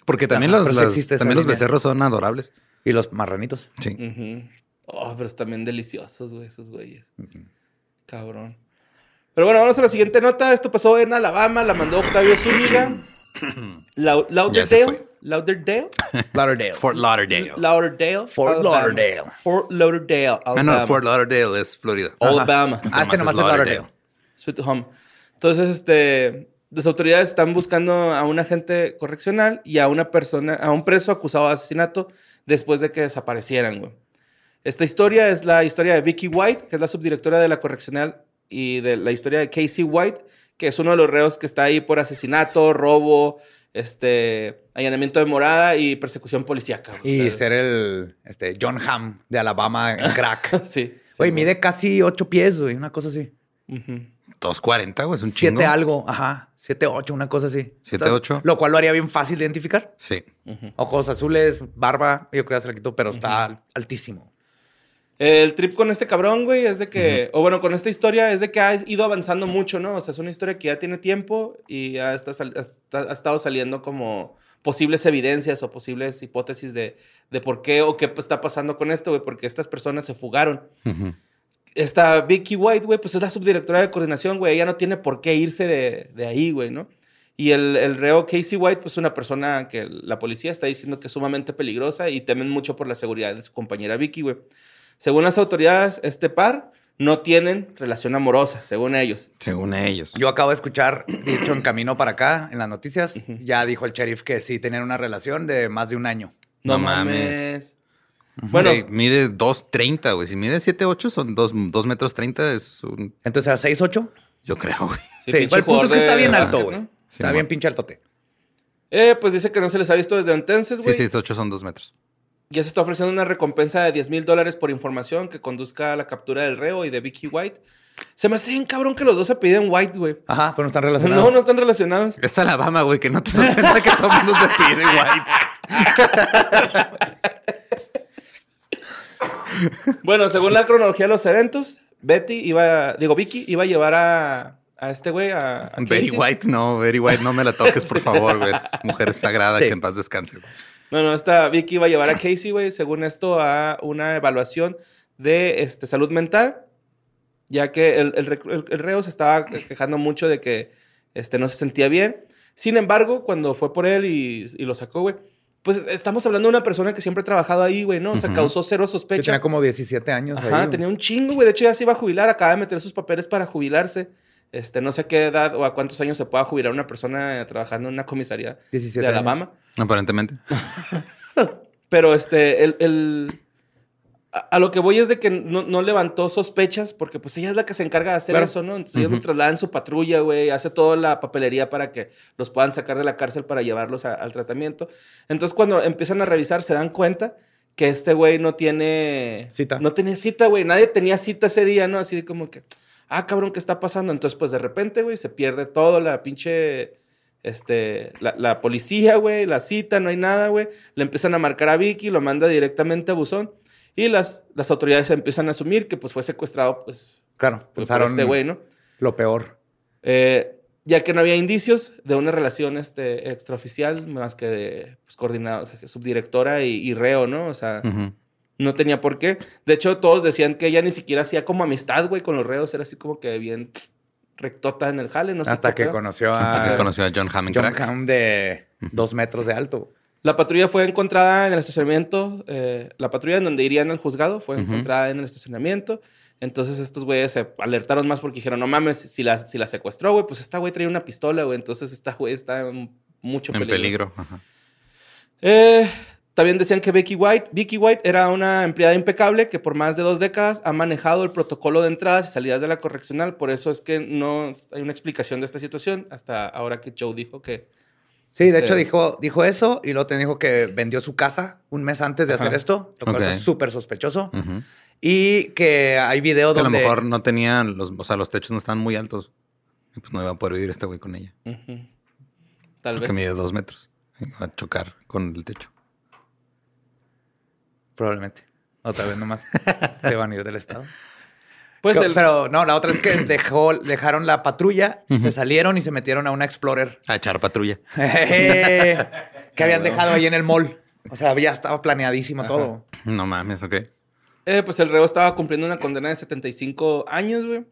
S4: Porque también
S3: Ajá,
S4: los,
S3: pero sí
S4: las-
S3: existe esa
S4: también los
S3: línea. Mm.
S4: becerros son adorables.
S3: Y los marranitos.
S4: Sí.
S2: Ujú. Oh, pero también deliciosos, güey, esos güeyes. Cabrón. Pero bueno, vamos a la siguiente nota. Esto pasó en Alabama, la mandó Octavio Zúñiga. Lau-
S4: Ya se
S2: Lauderdale.
S4: fue.
S2: Lauderdale.
S3: Lauderdale.
S4: Fort Lauderdale.
S2: Lauderdale.
S3: Fort
S2: Alabama.
S3: Lauderdale.
S2: Fort Lauderdale.
S4: Ah, no,
S2: Alabama.
S4: Fort Lauderdale es Florida.
S2: Alabama.
S4: Este
S3: Ah, este nomás es Lauderdale.
S2: Sweet Home. Entonces, este, las autoridades están buscando a un agente correccional y a una persona, a un preso acusado de asesinato después de que desaparecieran, güey. Esta historia es la historia de Vicky White, que es la subdirectora de la correccional, y de la historia de Casey White, que es uno de los reos que está ahí por asesinato, robo, este, allanamiento de morada y persecución policíaca. güey.
S3: Y
S2: O sea,
S3: ser el este, John Ham de Alabama en crack.
S2: Sí.
S3: Güey,
S2: sí,
S3: mide casi ocho pies, güey, una cosa así.
S2: güey. Ujú.
S4: 240, güey, es un chingo.
S3: Siete algo, ajá. Siete ocho, una cosa así.
S4: Siete, ocho.
S3: Lo cual lo haría bien fácil de identificar.
S4: Sí.
S3: Ojos azules, barba, yo creo que ya se la quito, pero está al- altísimo.
S2: El trip con este cabrón, güey, es de que, o bueno, con esta historia es de que ha ido avanzando mucho, ¿no? O sea, es una historia que ya tiene tiempo y ya está sal- está- ha estado saliendo como posibles evidencias o posibles hipótesis de, de por qué o qué está pasando con esto, güey, porque estas personas se fugaron.
S4: Ujú.
S2: Esta Vicky White, güey, pues es la subdirectora de coordinación, güey, ella no tiene por qué irse de, de ahí, güey, ¿no? Y el, el reo Casey White, pues una persona que la policía está diciendo que es sumamente peligrosa y temen mucho por la seguridad de su compañera Vicky, güey. Según las autoridades, este par no tienen relación amorosa, según ellos.
S4: Según ellos.
S3: Yo acabo de escuchar, dicho en camino para acá, en las noticias, ya dijo el sheriff que sí tenían una relación de más de un año.
S2: No,
S4: No
S2: mames.
S4: mames.
S2: Bueno,
S4: Güey, mide 2.30, güey. Si mide 7.8 son 2, metros 30. Es un...
S3: Entonces era 6-8.
S4: Yo creo, güey.
S3: Sí,
S2: pinche
S3: pero el punto es que
S2: jugador
S3: está
S2: de
S3: bien alto,
S2: básquet,
S3: güey.
S2: ¿no?
S4: Sí,
S3: está bien
S4: mamá.
S3: pinche altote.
S2: eh, pues dice que no se les ha visto desde entonces,
S4: Sí,
S2: güey.
S4: 6.8 son 2 metros.
S2: Ya se está ofreciendo una recompensa de 10 mil dólares por información que conduzca a la captura del reo y de Vicky White. Se me hace bien cabrón que los dos se piden White, güey.
S3: Ajá, pero no están
S2: No,
S3: relacionados.
S2: no están relacionados.
S4: Es Alabama, güey, que no te sorprenda que todo el mundo se pide, güey.
S2: Bueno, según la cronología de los eventos, Betty iba, digo, Vicky iba a llevar a, a este güey a, a
S4: Betty
S2: Casey.
S4: White, no, Betty White, no me la toques, por favor, güey. Es mujer sagrada,
S3: Sí.
S4: que en paz descanse. güey.
S2: No, no, esta Vicky iba a llevar a Casey, güey, según esto, a una evaluación de este, salud mental, ya que el, el rec- el- el reo se estaba quejando mucho de que este, no se sentía bien. Sin embargo, cuando fue por él y, y lo sacó, güey, pues estamos hablando de una persona que siempre ha trabajado ahí, güey, ¿no? O sea,
S4: Ujú.
S2: causó cero
S3: Que
S2: sospecha.
S3: tenía como 17 años. ahí,
S2: Ajá,
S3: güey.
S2: tenía un chingo, güey. De hecho, ya se iba a jubilar, acaba de meter sus papeles para jubilarse. Este, no sé a qué edad o a cuántos años se pueda jubilar una persona eh, trabajando en una comisaría
S3: 17
S2: de
S3: años.
S2: Alabama.
S4: Aparentemente.
S2: Pero este, el. el- a, a lo que voy es de que no, no levantó sospechas, porque pues ella es la que se encarga de hacer
S3: Claro.
S2: eso, ¿no? Entonces ellos los trasladan en su patrulla, güey, hace toda la papelería para que los puedan sacar de la cárcel para llevarlos a- al tratamiento. Entonces cuando empiezan a revisar, se dan cuenta que este güey no tiene.
S3: Cita.
S2: No tenía cita, güey. Nadie tenía cita ese día, ¿no? Así como que. Ah, cabrón, ¿qué está pasando? Entonces, pues de repente, güey, se pierde todo la pinche este, la, la policía, güey, la cita, no hay nada, güey. Le empiezan a marcar a Vicky, lo manda directamente a Buzón. Y las, las autoridades empiezan a asumir que pues fue secuestrado, pues,
S3: Claro,
S2: pues, por
S3: pensaron
S2: este güey, ¿no?
S3: lo peor.
S2: Eh, ya que no había indicios de una relación este, extraoficial más que de pues, coordinado, o sea, subdirectora y, y reo, ¿no? O sea,
S4: Ujú.
S2: no tenía por qué. De hecho, todos decían que ella ni siquiera hacía como amistad, güey, con los reos. Era así como que bien rectota en el jale, no sé
S3: hasta
S2: qué
S3: que
S2: pedo.
S3: conoció a
S4: Hasta que conoció a John Hammond
S3: Ah, John
S4: Crack.
S3: Hamm de dos metros de alto.
S2: La patrulla fue encontrada en el estacionamiento. eh, la patrulla en donde irían al juzgado fue
S4: Ujú.
S2: encontrada en el estacionamiento. Entonces estos güeyes se alertaron más porque dijeron, no mames, si la, si la secuestró, güey, pues esta güey traía una pistola, güey. Entonces esta güey está en mucho
S4: En peligro. Ajá.
S2: eh, también decían que Vicky White, Vicky White era una empleada impecable que por más de dos décadas ha manejado el protocolo de entradas y salidas de la correccional. Por eso es que no hay una explicación de esta situación hasta ahora que Joe dijo que...
S3: Sí, de
S2: Este-
S3: hecho dijo, dijo eso y luego te dijo que vendió su casa un mes antes de
S2: Ajá.
S3: hacer esto, lo cual
S4: Ok.
S3: está súper sospechoso.
S4: Ujú.
S3: Y que hay video
S4: Es que a lo
S3: donde...
S4: mejor no tenían los, o sea, los techos no estaban muy altos. Y pues no iba a poder vivir este güey con ella.
S2: Ujú. Tal
S4: Porque
S2: vez.
S4: mide dos metros. Iba a chocar con el techo.
S3: Probablemente. Otra vez nomás se van a ir del estado.
S2: Pues
S3: Pero-
S2: el...
S3: Pero no, la otra es que dejó, dejaron la patrulla, se salieron y se metieron a una Explorer
S4: A echar patrulla.
S3: que habían dejado ahí en el mall. O sea, ya estaba planeadísimo todo.
S4: No mames, ok.
S2: Eh, pues el reo estaba cumpliendo una condena de 75 años, güey.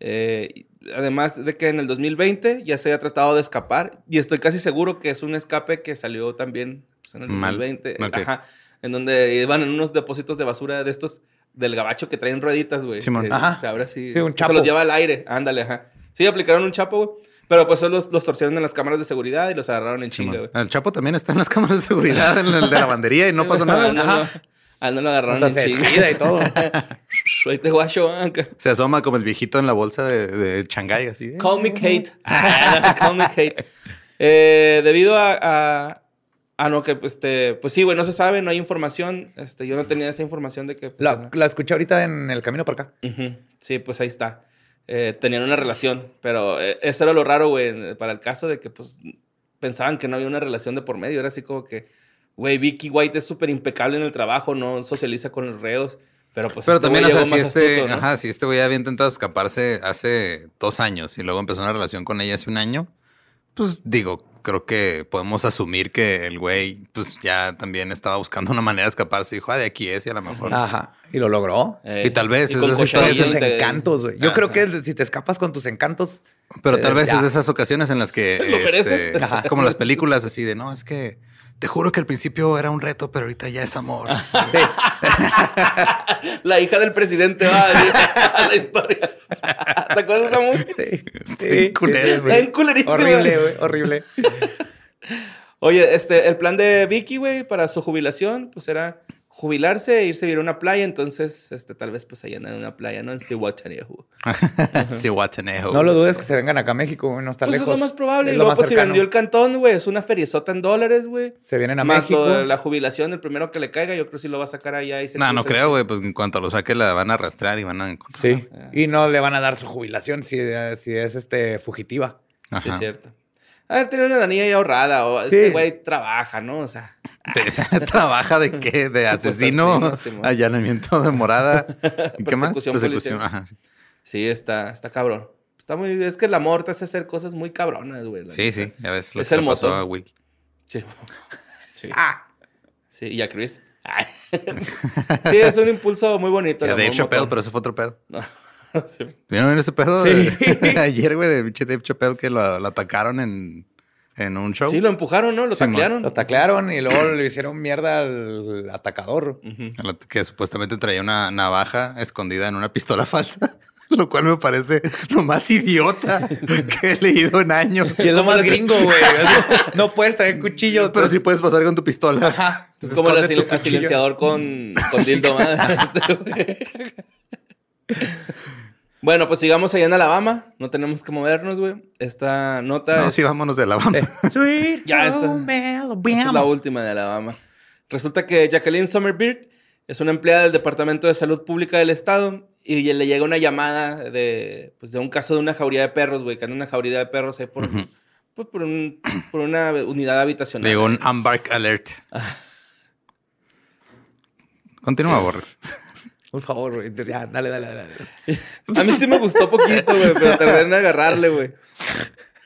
S2: Eh, y además de que en el 2020 ya se había tratado de escapar. Y estoy casi seguro que es un escape que salió también pues, en el
S4: Mal.
S2: 2020.
S4: Ok.
S2: Ajá. En donde iban en unos depósitos de basura de estos del gabacho que traen rueditas, güey.
S4: Simón.
S2: Que
S3: Ajá.
S2: Se abre así.
S3: Sí, un
S2: que
S3: chapo.
S2: Se los lleva al aire. Ándale, ajá. Sí, aplicaron un chapo, güey. Pero pues solo los, los torcieron en las cámaras de seguridad y los agarraron en chinga, güey.
S4: Simón. El Chapo también está en las cámaras de seguridad, en el de la bandería y no pasó nada.
S2: Ah, no, no. Ah, no lo agarraron
S3: Hasta se
S2: en chinga.
S3: descuida y todo.
S2: Ahí te guacho, acá.
S4: Se asoma como el viejito en la bolsa de, de Shanghái, así. eh.
S2: Call me Kate. Ah, Call me Kate. Eh, debido a, a, a no que, pues, este, pues sí, güey, no se sabe, no hay información. Este, yo no tenía esa información de que. pues,
S3: La,
S2: era-
S3: la escuché ahorita en el camino para acá.
S2: Ujú. Sí, pues ahí está. Eh, tenían una relación, pero eh, eso era lo raro, güey, para el caso de que, pues, pensaban que no había una relación de por medio. Era así como que, güey, Vicky White es súper impecable en el trabajo, no socializa con los reos. Pero pues
S4: Pero
S2: este
S4: también, o
S2: güey
S4: sea,
S2: llegó
S4: si
S2: más
S4: este,
S2: astuto, ¿no?
S4: ajá, si este güey había intentado escaparse hace dos años y luego empezó una relación con ella hace un año, pues digo, creo que podemos asumir que el güey, pues ya también estaba buscando una manera de escaparse. Dijo, ah, de aquí es y a lo mejor.
S3: Ajá. Y lo logró.
S2: Eh,
S4: y tal vez
S2: con
S4: esas
S3: Con
S2: Coachella
S4: historias-
S3: sus
S4: Entonces,
S2: te-
S3: encantos, güey. Yo
S4: Ah,
S3: creo que si te escapas con tus encantos,
S4: Pero
S3: Eh,
S4: tal vez
S3: ya.
S4: es de esas ocasiones en las que
S2: Lo mereces.
S4: este,
S3: Ajá.
S4: es como las películas así de no, es que te juro que al principio era un reto, pero ahorita ya es amor.
S3: sí.
S2: La hija del presidente va a decir a la historia. ¿Te acuerdas de esa música?
S3: Sí.
S4: Está bien culero,
S2: Está bien culerísima.
S3: Horrible, güey. Horrible.
S2: Oye, este, el plan de Vicky, güey, para su jubilación, pues era jubilarse e irse a vivir a una playa. Entonces, este, tal vez, pues, ahí andan en una playa, ¿no? En Cihuatanejo.
S4: Cihuatanejo.
S3: No lo dudes que se vengan acá a México, güey. No está
S2: Pues
S3: lejos.
S2: es lo más probable.
S3: Es
S2: y
S3: lo
S2: luego,
S3: más
S2: pues, si
S3: cercano.
S2: vendió el cantón, güey, es una feriezota en dólares, güey.
S3: Se vienen a
S2: Más
S3: México.
S2: lo de la jubilación, el primero que le caiga, yo creo que sí lo va a sacar allá. Y se
S4: No, no
S2: cruza.
S4: creo, güey. Pues en cuanto lo saque la van a arrastrar y van a encontrar.
S3: Sí.
S2: Ah,
S3: Y no le van a dar su jubilación si, eh, si es este fugitiva.
S2: Sí, es
S4: Ajá.
S2: cierto. A ver, tiene una lanilla ahí ahorrada. O
S3: Sí.
S2: este güey trabaja, ¿no? O sea,
S4: Te- ¿Trabaja de qué? De asesino,
S2: asesino, Simón.
S4: allanamiento de morada. ¿Qué más?
S2: Persecución policial.
S4: Ajá.
S2: sí, está, está cabrón. Está muy, es que el amor te hace hacer cosas muy cabronas, güey. la
S4: Sí,
S2: neta.
S4: sí, ya ves lo
S2: Es
S4: que le
S2: el
S4: pasó
S2: motor.
S4: a Will.
S2: Sí. Sí.
S3: Ah,
S2: Sí, y a Chris. Ay. sí, es un impulso muy bonito.
S4: Ya
S2: el
S4: Dave
S2: amor
S4: Chappelle,
S2: mutuo.
S4: pero eso fue otro pedo.
S2: No, sí.
S4: ¿Vieron ese pedo?
S3: Sí.
S4: de- Ayer, güey, de pinche Dave Chappelle que lo, lo atacaron en, en un show.
S2: Sí, lo empujaron, ¿no? Lo
S4: Simón.
S2: taclearon.
S3: lo taclearon y luego le hicieron mierda al atacador.
S2: Ujú.
S4: A la Que supuestamente traía una navaja escondida en una pistola falsa. Lo cual me parece lo más idiota que he leído en años.
S3: Y es lo más gringo, güey. No puedes traer cuchillo.
S4: Pero sí puedes pasar con tu pistola.
S3: Ajá.
S2: Es como el
S3: Esconde
S2: asil-
S3: tu cuchillo.
S2: silenciador con, con dildo. ¿verdad? Este, güey. bueno, pues sigamos allá en Alabama. No tenemos que movernos, güey. Esta nota
S4: No,
S2: es-
S4: sí, vámonos de la banda.
S3: Sweet
S2: Ya está. Esta es la
S3: Alabama.
S2: última de Alabama. Resulta que Jacqueline Summerbeard es una empleada del Departamento de Salud Pública del Estado y le llega una llamada de, pues, de un caso de una jauría de perros, güey, que anda una jauría de perros ahí por, pues, por, un- por una unidad habitacional.
S4: Llegó un Embark Alert. Continúa, Borre.
S3: Por favor, güey. Ya, dale, dale, dale.
S2: A mí sí me gustó poquito, güey, pero tardé en agarrarle, güey.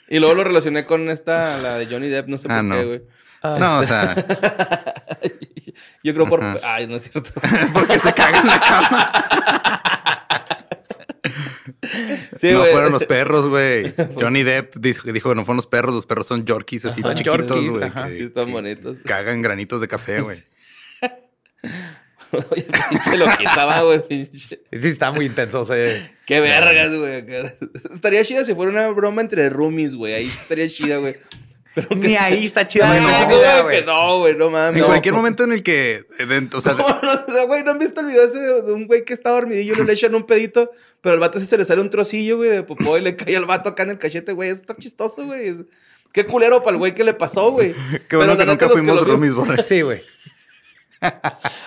S2: Y luego lo relacioné con esta, la de Johnny Depp, no sé
S4: Ah,
S2: por
S4: no.
S2: qué, güey.
S3: Ah,
S4: No, o sea,
S2: Yo creo por...
S4: Ajá.
S2: Ay, no es cierto.
S4: porque se cagan en la cama.
S2: Sí,
S4: no
S2: güey.
S4: fueron los perros, güey. Johnny Depp dijo, dijo que no fueron los perros, los perros son yorkies así
S3: Ajá,
S4: chiquitos,
S3: yorkies,
S4: güey.
S3: ajá.
S4: que-
S2: Sí, están
S4: que
S2: bonitos.
S4: Cagan granitos de café, güey.
S2: Oye, pinche lo quitaba, güey, pinche.
S3: Sí, está muy intenso. o sea,
S2: Qué vergas, güey. acá. Estaría chida si fuera una broma entre roomies, güey. Ahí estaría chida, güey. Pero que
S3: Ni ahí está chido.
S2: Ay,
S3: güey, no,
S2: no, güey,
S3: mira,
S2: que
S3: güey.
S2: no, güey, no mames.
S4: En
S2: No.
S4: cualquier momento en el que, eh, de- o sea, de-
S2: No, no, o sea, güey, ¿no han visto el video ese de de un güey que está dormidillo y luego le echan un pedito? Pero al vato sí se le sale un trocillo, güey, de popó y le cae al vato acá en el cachete, güey. Eso está chistoso, güey. Es- Qué culero para el güey que le pasó, güey.
S4: qué
S2: Pero
S4: bueno
S2: la
S4: que
S2: neta,
S4: nunca
S2: los lo
S4: fuimos
S2: vimos-
S4: roomies, Borre.
S3: Pues Sí, güey.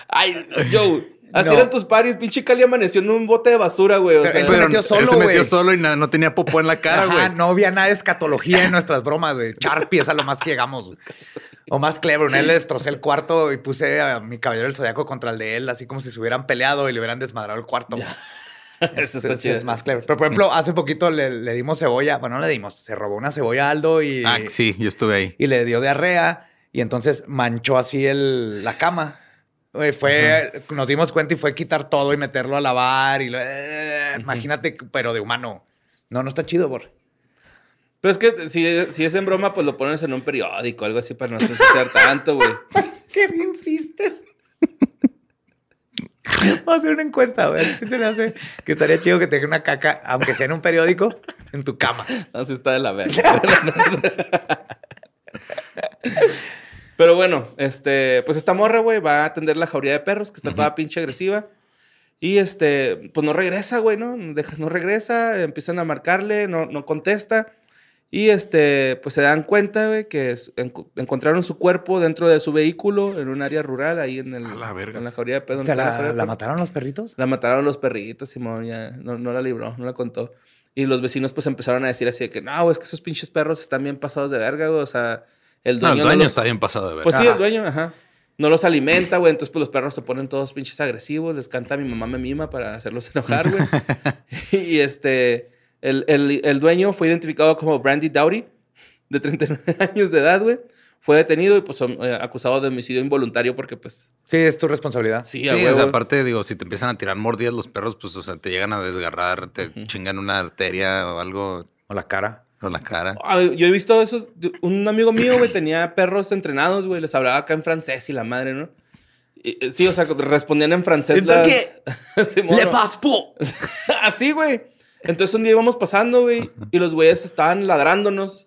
S2: Ay, yo, así
S3: No.
S2: eran tus paris. Pinche Cali amaneció en un bote de basura, güey. O
S3: Pero
S2: sea,
S3: él se
S4: Pero
S3: metió
S4: él
S3: solo,
S4: se metió
S3: güey.
S4: solo y na- no tenía popó en la cara,
S3: Ajá,
S4: güey.
S3: no había nada de escatología en nuestras bromas, güey. Sharpie es a lo más que llegamos, güey. O más clever. Una vez le destrocé el cuarto y puse a mi caballero del zodiaco contra el de él, así como si se hubieran peleado y le hubieran desmadrado el cuarto. güey. Este
S2: Eso está
S3: Sí,
S2: chido.
S3: es más clever. Pero, por ejemplo, hace poquito le, le dimos cebolla. Bueno, no le dimos. Se robó una cebolla a Aldo y,
S4: Ah, sí, yo estuve ahí.
S3: y le dio diarrea. Y entonces manchó así el, la cama. Güey, Fue, nos dimos cuenta y fue quitar todo y meterlo a lavar. Y lo- eh, Imagínate, pero de humano. No, no está chido, Bor.
S2: Pero es que si, si es en broma, pues lo pones en un periódico, algo así, para no asociar tanto, güey.
S3: ¿Qué bien insistes? Vamos a hacer una encuesta, a ver. ¿qué Se le hace que estaría chido que te deje una caca, aunque sea en un periódico, en tu cama.
S2: Así está de la verga. Pero bueno, este, pues esta morra, güey, va a atender la jauría de perros, que está toda pinche agresiva. Y este, pues no regresa, güey, ¿no? Deja- no regresa, empiezan a marcarle, no, no contesta. Y este, pues se dan cuenta, güey, que es- enco- encontraron su cuerpo dentro de su vehículo en un área rural, ahí en, el,
S4: A la verga.
S2: en la jauría de perros.
S3: ¿Se
S2: donde está
S3: la-
S2: jauría de
S3: la
S2: perros.
S3: mataron los perritos?
S2: La mataron los perritos, Simón, ya no, no la libró, no la contó. Y los vecinos pues empezaron a decir así de que, no, es que esos pinches perros están bien pasados de verga, güey. O sea, el
S4: No,
S2: dueño...
S4: el
S2: no
S4: dueño
S2: los-
S4: está bien pasado de ver.
S2: Pues sí,
S3: Ajá.
S2: el dueño, ajá. No los alimenta, güey. Entonces, pues los perros se ponen todos pinches agresivos. Les canta mi mamá me mima para hacerlos enojar, güey. y este, el, el- el dueño fue identificado como Brandy Dowdy, de 39 años de edad, güey. Fue detenido y pues hom- eh, acusado de homicidio involuntario porque, pues,
S3: Sí, es tu responsabilidad.
S2: sí,
S4: Sí,
S2: a
S4: o sea,
S2: huevo.
S4: aparte, digo, si te empiezan a tirar mordidas los perros, pues, o sea, te llegan a desgarrar, te chingan una arteria o algo,
S3: O la cara.
S4: o la cara.
S2: Ah, Yo he visto esos. Un amigo mío, güey, tenía perros entrenados, güey. Les hablaba acá en francés y la madre, ¿no? Y, eh, sí, o sea, respondían en francés.
S3: ¿Entonces
S2: las-
S3: qué?
S2: Simón,
S3: ¡Le
S2: ¿no?
S3: paspo!
S2: Así, güey. Entonces un día íbamos pasando, güey, y los güeyes estaban ladrándonos.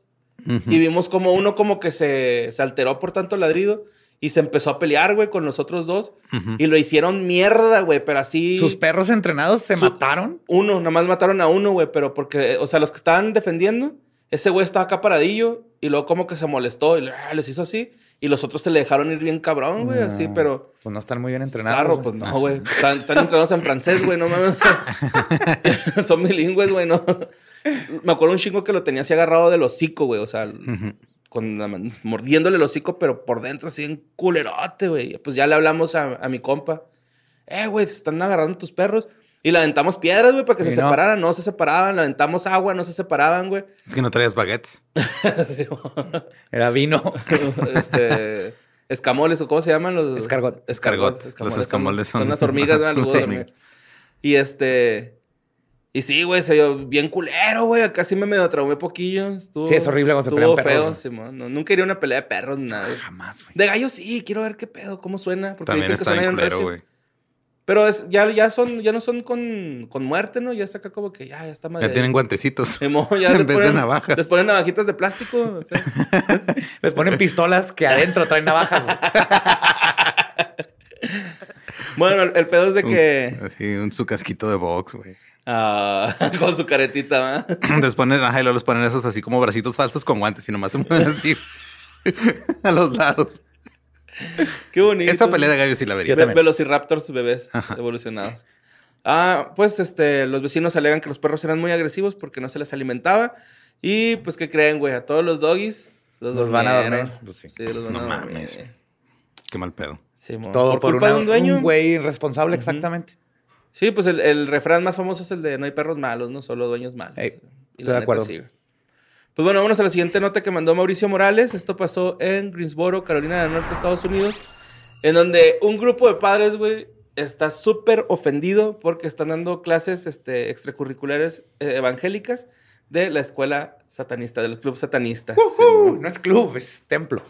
S2: Y vimos como uno como que se, se alteró por tanto ladrido y se empezó a pelear, güey, con los otros dos. Y lo hicieron mierda, güey, pero así...
S3: ¿Sus perros entrenados se
S2: Su-
S3: mataron?
S2: Uno, nada más mataron a uno, güey, pero porque, o sea, los que estaban defendiendo, ese güey estaba acá paradillo y luego como que se molestó y le- ah, les hizo así. Y los otros se le dejaron ir bien cabrón, güey, así,
S3: No,
S2: pero...
S3: Pues no están muy bien entrenados.
S2: Sarro,
S3: güey.
S2: pues no, güey. Están, están entrenados en francés, güey, no mames. O sea, son bilingües, güey, no. Me acuerdo un chingo que lo tenía así agarrado del hocico, güey. O sea, con la man- mordiéndole el hocico, pero por dentro así en culerote, güey. Pues ya le hablamos a, a mi compa. Eh, güey, se están agarrando tus perros. Y le aventamos piedras, güey, para que
S3: Y
S2: se
S3: no.
S2: separaran. No se separaban. Le aventamos agua, no se separaban, güey.
S4: Es que no traías baguettes.
S3: Era vino.
S2: este, escamoles o cómo se llaman los
S3: Escargot.
S4: Escargot. Los escamoles
S2: son,
S4: son-
S2: las hormigas, ¿verdad?
S4: son
S2: Los
S4: las
S2: huevos de
S4: hormigas.
S2: hormigas. Y este y sí, güey, se vio bien culero, güey, acá sí me medio traumé poquillo, estuvo
S3: Sí, es horrible cuando se pelean
S2: estuvo
S3: perros,
S2: feo,
S3: ¿no?
S2: Simón. No, nunca iría a una pelea de perros ni nada. güey.
S3: Jamás, güey.
S2: De gallos sí, quiero ver qué pedo, cómo suena, porque
S4: También
S2: dicen que
S4: está
S2: suena
S4: bien
S2: bien
S4: culero,
S2: recio.
S4: güey.
S2: Pero es, ya ya son ya no son con, con muerte, ¿no? Ya está acá como que ya, ya está madre.
S4: Ya tienen guantecitos.
S2: Simón, ya
S4: en
S2: les
S4: vez de
S2: ponen-
S4: navajas.
S2: Les ponen navajitas de plástico. acá.
S3: Les ponen pistolas que adentro traen navajas. güey.
S2: bueno, el, el pedo es de que
S4: Un- así, un su casquito de box, güey.
S2: Ah, con su caretita, ¿va?
S4: Les ponen, ajá, y luego les ponen esos así como bracitos falsos con guantes y nomás se mueven así a los lados.
S2: Qué bonito.
S4: Esa pelea de gallos sí la
S2: Ve-
S4: vería.
S3: Yo también.
S2: Velociraptors bebés evolucionados. Ah, pues este, los vecinos alegan que los perros eran muy agresivos porque no se les alimentaba. Y pues, ¿qué creen, güey? A todos los doggies los,
S3: Los van a
S2: durmieron.
S3: dormir, pues, sí.
S2: los van
S4: No
S2: a dormir.
S4: mames. Qué mal pedo.
S2: Sí, mo.
S3: Todo
S2: por,
S3: por,
S2: culpa
S3: una-
S2: de un dueño.
S3: un güey irresponsable, exactamente.
S2: Sí, pues el, el refrán más famoso es el de no hay perros malos, no solo dueños malos.
S3: Ey,
S2: Y
S3: estoy
S2: la
S3: de
S2: neta,
S3: acuerdo.
S2: sí, güey. Pues bueno, vámonos a la siguiente nota que mandó Mauricio Morales. Esto pasó en Greensboro, Carolina del Norte, Estados Unidos, en donde un grupo de padres, güey, está súper ofendido porque están dando clases este, extracurriculares eh, evangélicas de la escuela satanista, del club satanista.
S3: Uh, no es club, es templo.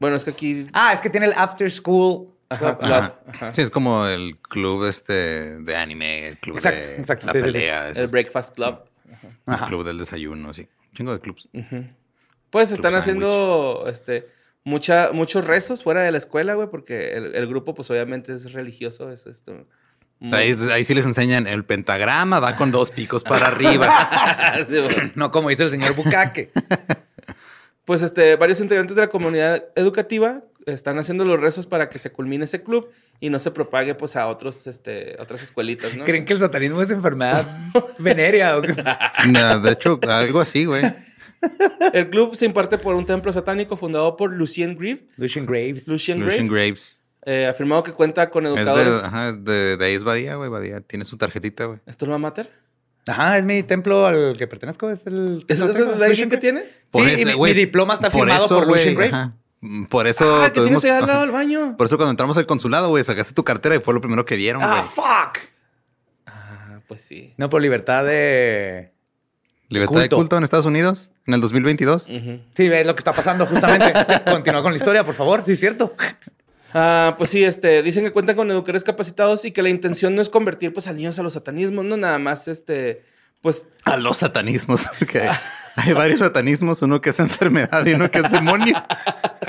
S2: Bueno, es que aquí...
S3: Ah, es que tiene el after school.
S2: Ajá,
S3: club.
S2: claro.
S4: Ajá.
S2: Ajá.
S4: Sí, es como el club este de anime, el club
S3: Exacto,
S4: de
S3: exacto,
S4: la
S3: sí, sí, sí.
S4: pelea, esos-
S2: El Breakfast Club.
S4: el
S3: Ajá.
S4: club del desayuno, sí. Un chingo de clubs.
S2: Pues están
S4: Club
S2: haciendo este mucha, muchos rezos fuera de la escuela, güey, porque el, el grupo, pues obviamente es religioso, es esto. muy-
S4: Ahí, ahí sí les enseñan el pentagrama, va con dos picos para arriba.
S2: Sí, güey.
S3: No como dice el señor Bucaque.
S2: pues este, varios integrantes de la comunidad educativa están haciendo los rezos para que se culmine ese club y no se propague pues a otros, este, otras escuelitas, ¿no?
S3: ¿Creen que el satanismo es enfermedad venérea? o qué?
S4: No, de hecho, algo así, güey.
S2: El club se imparte por un templo satánico fundado por Lucien Grieve.
S3: Lucian Graves.
S2: Lucien
S4: Lucian
S2: Grieve,
S4: Graves.
S2: eh, afirmado que cuenta con
S4: Es
S2: educadores.
S4: de, ajá, es de, de ahí es Badía, güey. Badía tiene su tarjetita, güey.
S2: ¿Es tu alma mater?
S3: Ajá, es mi templo al que pertenezco. Es el.
S2: ¿Es
S3: no sé,
S2: la
S3: Lucian
S2: religión que
S3: Graves.
S2: tienes?
S3: Sí, y mi- mi diploma está firmado por Lucian
S4: güey,
S3: Graves.
S4: ajá. Por eso
S2: ah, que
S4: tuvimos-
S2: tienes ahí al lado del baño.
S4: Por eso cuando entramos al consulado, güey, sacaste tu cartera y fue lo primero que vieron, güey.
S3: Ah, fuck.
S2: Ah, pues sí.
S3: No, por libertad de.
S4: Libertad de
S3: culto.
S4: culto en Estados Unidos en el 2022.
S2: Ujú.
S3: Sí, ves lo que está pasando justamente. Continúa con la historia, por favor. Sí, es cierto.
S2: Ah, pues sí, este, dicen que cuentan con educadores capacitados y que la intención no es convertir pues a niños a los satanismos, no nada más este, pues
S4: A los satanismos. porque
S2: Ah.
S4: hay varios satanismos, uno que es enfermedad y uno que es demonio.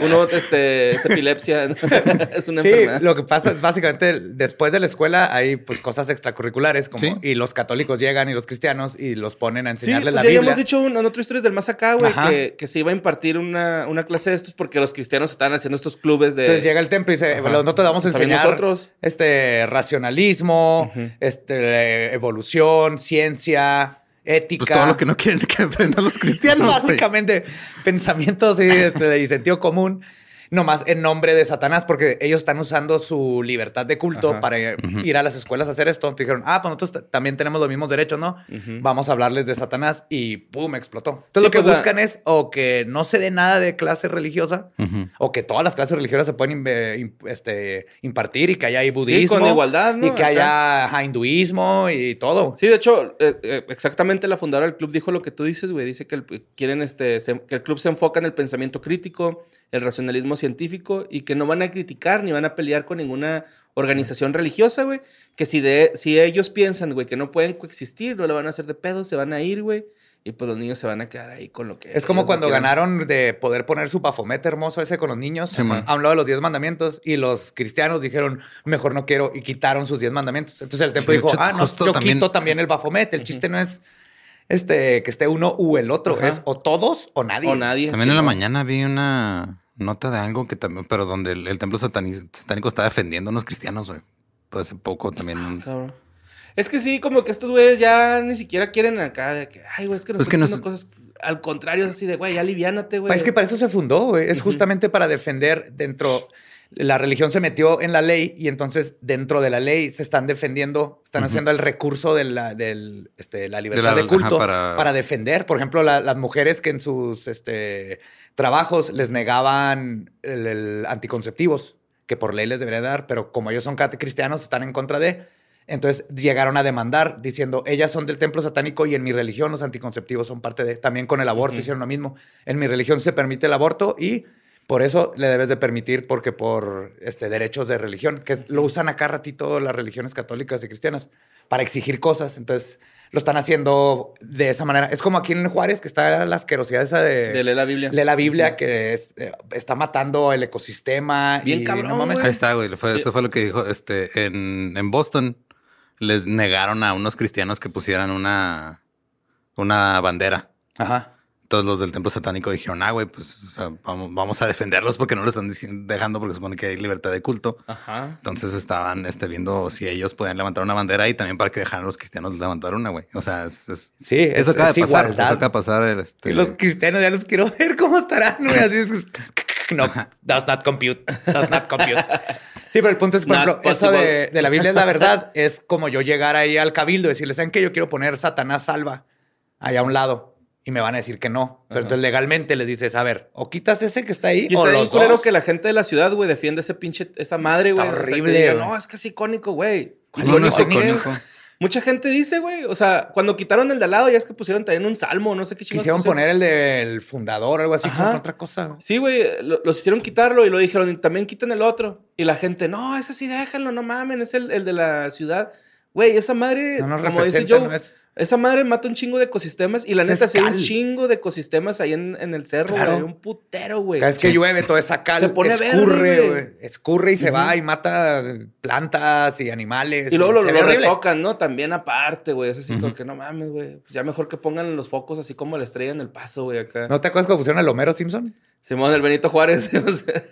S2: uno este es epilepsia, ¿no? es una
S3: Sí,
S2: enfermedad.
S3: lo que pasa es básicamente después de la escuela hay pues cosas extracurriculares como
S4: Sí.
S3: y los católicos llegan y los cristianos y los ponen a
S2: Sí,
S3: enseñarles la
S2: pues, ya
S3: Biblia.
S2: habíamos dicho un- en otro historias del más acá, güey,
S3: Ajá.
S2: que, que se iba a impartir una, una clase de estos porque los cristianos estaban haciendo estos clubes de
S3: Entonces llega el templo y dice,
S2: Ajá.
S3: "Bueno, no te vamos a
S2: También
S3: enseñar
S2: nosotros.
S3: este racionalismo, este eh, evolución, ciencia, ética.
S4: Pues todo lo que no quieren que aprendan los cristianos. güey.
S3: Básicamente, pensamientos y, este, y sentido común. nomás en nombre de Satanás, porque ellos están usando su libertad de culto
S2: Ajá.
S3: para eh, ir a las escuelas a hacer esto. Entonces dijeron, ah, pues nosotros t- también tenemos los mismos derechos, ¿no? Vamos a hablarles de Satanás y ¡pum! explotó. Entonces
S2: Sí,
S3: lo que
S2: pues, la-
S3: buscan es o que no se dé nada de clase religiosa, o que todas las clases religiosas se pueden inve- imp- este, impartir y que haya ahí budismo.
S2: con igualdad, ¿no?
S3: Y que
S2: Acá.
S3: haya ajá, hinduismo y todo.
S2: Sí, de hecho, eh, eh, exactamente la fundadora del club dijo lo que tú dices, güey. Dice que el, quieren este, se- que el club se enfoca en el pensamiento crítico, el racionalismo científico y que no van a criticar ni van a pelear con ninguna organización religiosa, güey. Que si, de, si ellos piensan, güey, que no pueden coexistir, no le van a hacer de pedo, se van a ir, güey. Y pues los niños se van a quedar ahí con lo que.
S3: Es como
S2: ellos no
S3: cuando
S2: quieran.
S3: ganaron de poder poner su bafomete hermoso ese con los niños
S4: man.
S3: a un lado de los diez mandamientos y los cristianos dijeron, mejor no quiero y quitaron sus diez mandamientos. Entonces el templo
S4: Sí,
S3: dijo,
S4: yo-
S3: ah, no,
S4: justo
S3: yo
S4: también-
S3: quito también el bafomete. El chiste no es este que esté uno u el otro,
S2: Ajá.
S3: es o todos o nadie.
S2: O nadie.
S4: También en
S2: sí,
S4: la
S2: ¿no?
S4: mañana vi una nota de algo que también, pero donde el, el templo satani- satánico está defendiendo a unos cristianos, güey. Pues hace poco también.
S2: Cabrón. Es que sí, como que estos güeyes ya ni siquiera quieren acá de que, ay, güey, es que nos
S4: Pues que
S2: están
S4: nos-
S2: haciendo cosas al contrario, es así de, güey, ya aliviánate, güey.
S3: Es que para eso se fundó, güey. Es
S2: Ujú.
S3: justamente para defender dentro. La religión se metió en la ley y entonces dentro de la ley se están defendiendo, están
S4: Ujú.
S3: haciendo el recurso de la, del, este, la libertad de,
S4: la-
S3: culto
S4: ajá,
S3: para...
S4: para-
S3: defender. Por ejemplo, la- las mujeres que en sus este, trabajos les negaban el, el anticonceptivos, que por ley les debería dar, pero como ellos son cate- cristianos, están en contra de. Entonces llegaron a demandar diciendo, ellas son del templo satánico y en mi religión los anticonceptivos son parte de... También con el aborto
S2: Ujú.
S3: hicieron lo mismo. En mi religión se permite el aborto y por eso le debes de permitir porque por este, derechos de religión, que es- lo usan acá ratito las religiones católicas y cristianas para exigir cosas. Entonces lo están haciendo de esa manera. Es como aquí en Juárez que está la asquerosidad esa de...
S2: De leer la Biblia.
S3: Lee Eh, la Biblia que es- eh, está matando el ecosistema.
S2: Bien
S3: y,
S2: cabrón,
S3: mames.
S4: Ahí está, güey. Fue- esto fue lo que dijo este en, en Boston. Les negaron a unos cristianos que pusieran una, una bandera.
S3: Ajá.
S4: Todos los del templo satánico dijeron, ah, güey, pues o sea, vamos, vamos a defenderlos porque no lo están dici- dejando porque supone que hay libertad de culto.
S2: Ajá.
S4: Entonces estaban este, viendo si ellos podían levantar una bandera y también para que dejaran a los cristianos levantar una, güey. O sea, es, es-
S3: Sí, es-
S4: eso acaba
S3: es
S4: de pasar.
S3: igualdad.
S4: Eso acaba de pasar. este,
S3: Y los cristianos ya los quiero ver cómo estarán, güey. Así es. No, does not compute. Does not compute. Sí, pero el punto es, por
S2: Not
S3: ejemplo, eso
S2: possible.
S3: de, de la Biblia es la verdad. Es como yo llegar ahí al cabildo y decirles, ¿saben qué? Yo quiero poner Satanás salva allá a un lado. Y me van a decir que no. Pero entonces legalmente les dices, a ver, o quitas ese que está ahí
S2: Y
S3: o
S2: está bien
S3: los
S2: culero
S3: dos.
S2: que la gente de la ciudad, güey, defiende ese pinche, esa madre,
S3: Está
S2: güey. O sea, que
S3: horrible,
S2: digan,
S3: güey.
S2: no, es que es icónico, güey.
S4: ¿Cuál no es
S2: ¿Icónico qué?
S4: icónico?
S2: Mucha gente dice, güey. O sea, cuando quitaron el de al lado, ya es que pusieron también un salmo, no sé qué chingados
S3: Quisieron
S2: pusieron.
S3: poner el del fundador o algo así, que
S2: Ajá.
S3: son otra cosa. güey.
S2: Sí, güey, lo- los hicieron quitarlo y lo dijeron, y también quiten el otro. Y la gente, no, ese sí déjenlo, no mamen, es el, el de la ciudad. Güey, esa madre,
S3: No nos
S2: como dice
S3: representa,
S2: Joe,
S3: no es-
S2: esa madre mata un chingo de ecosistemas y la
S3: Es
S2: neta, sí hay un
S3: escal.
S2: chingo de ecosistemas ahí en, en el cerro,
S3: Claro.
S2: güey, un putero, güey.
S3: Cada vez que llueve, toda esa cal
S2: Se pone verde,
S3: escurre,
S2: güey.
S3: güey. Escurre y se va y mata plantas y animales.
S2: Y luego lo,
S3: se
S2: lo
S3: ve horrible.
S2: retocan, ¿no? También aparte, güey. Es así como que no mames, güey. Pues ya mejor que pongan los focos así como la estrella en el paso, güey, acá.
S3: ¿No te acuerdas cuando pusieron al Homero Simpson?
S2: Simón del Benito Juárez. o sea,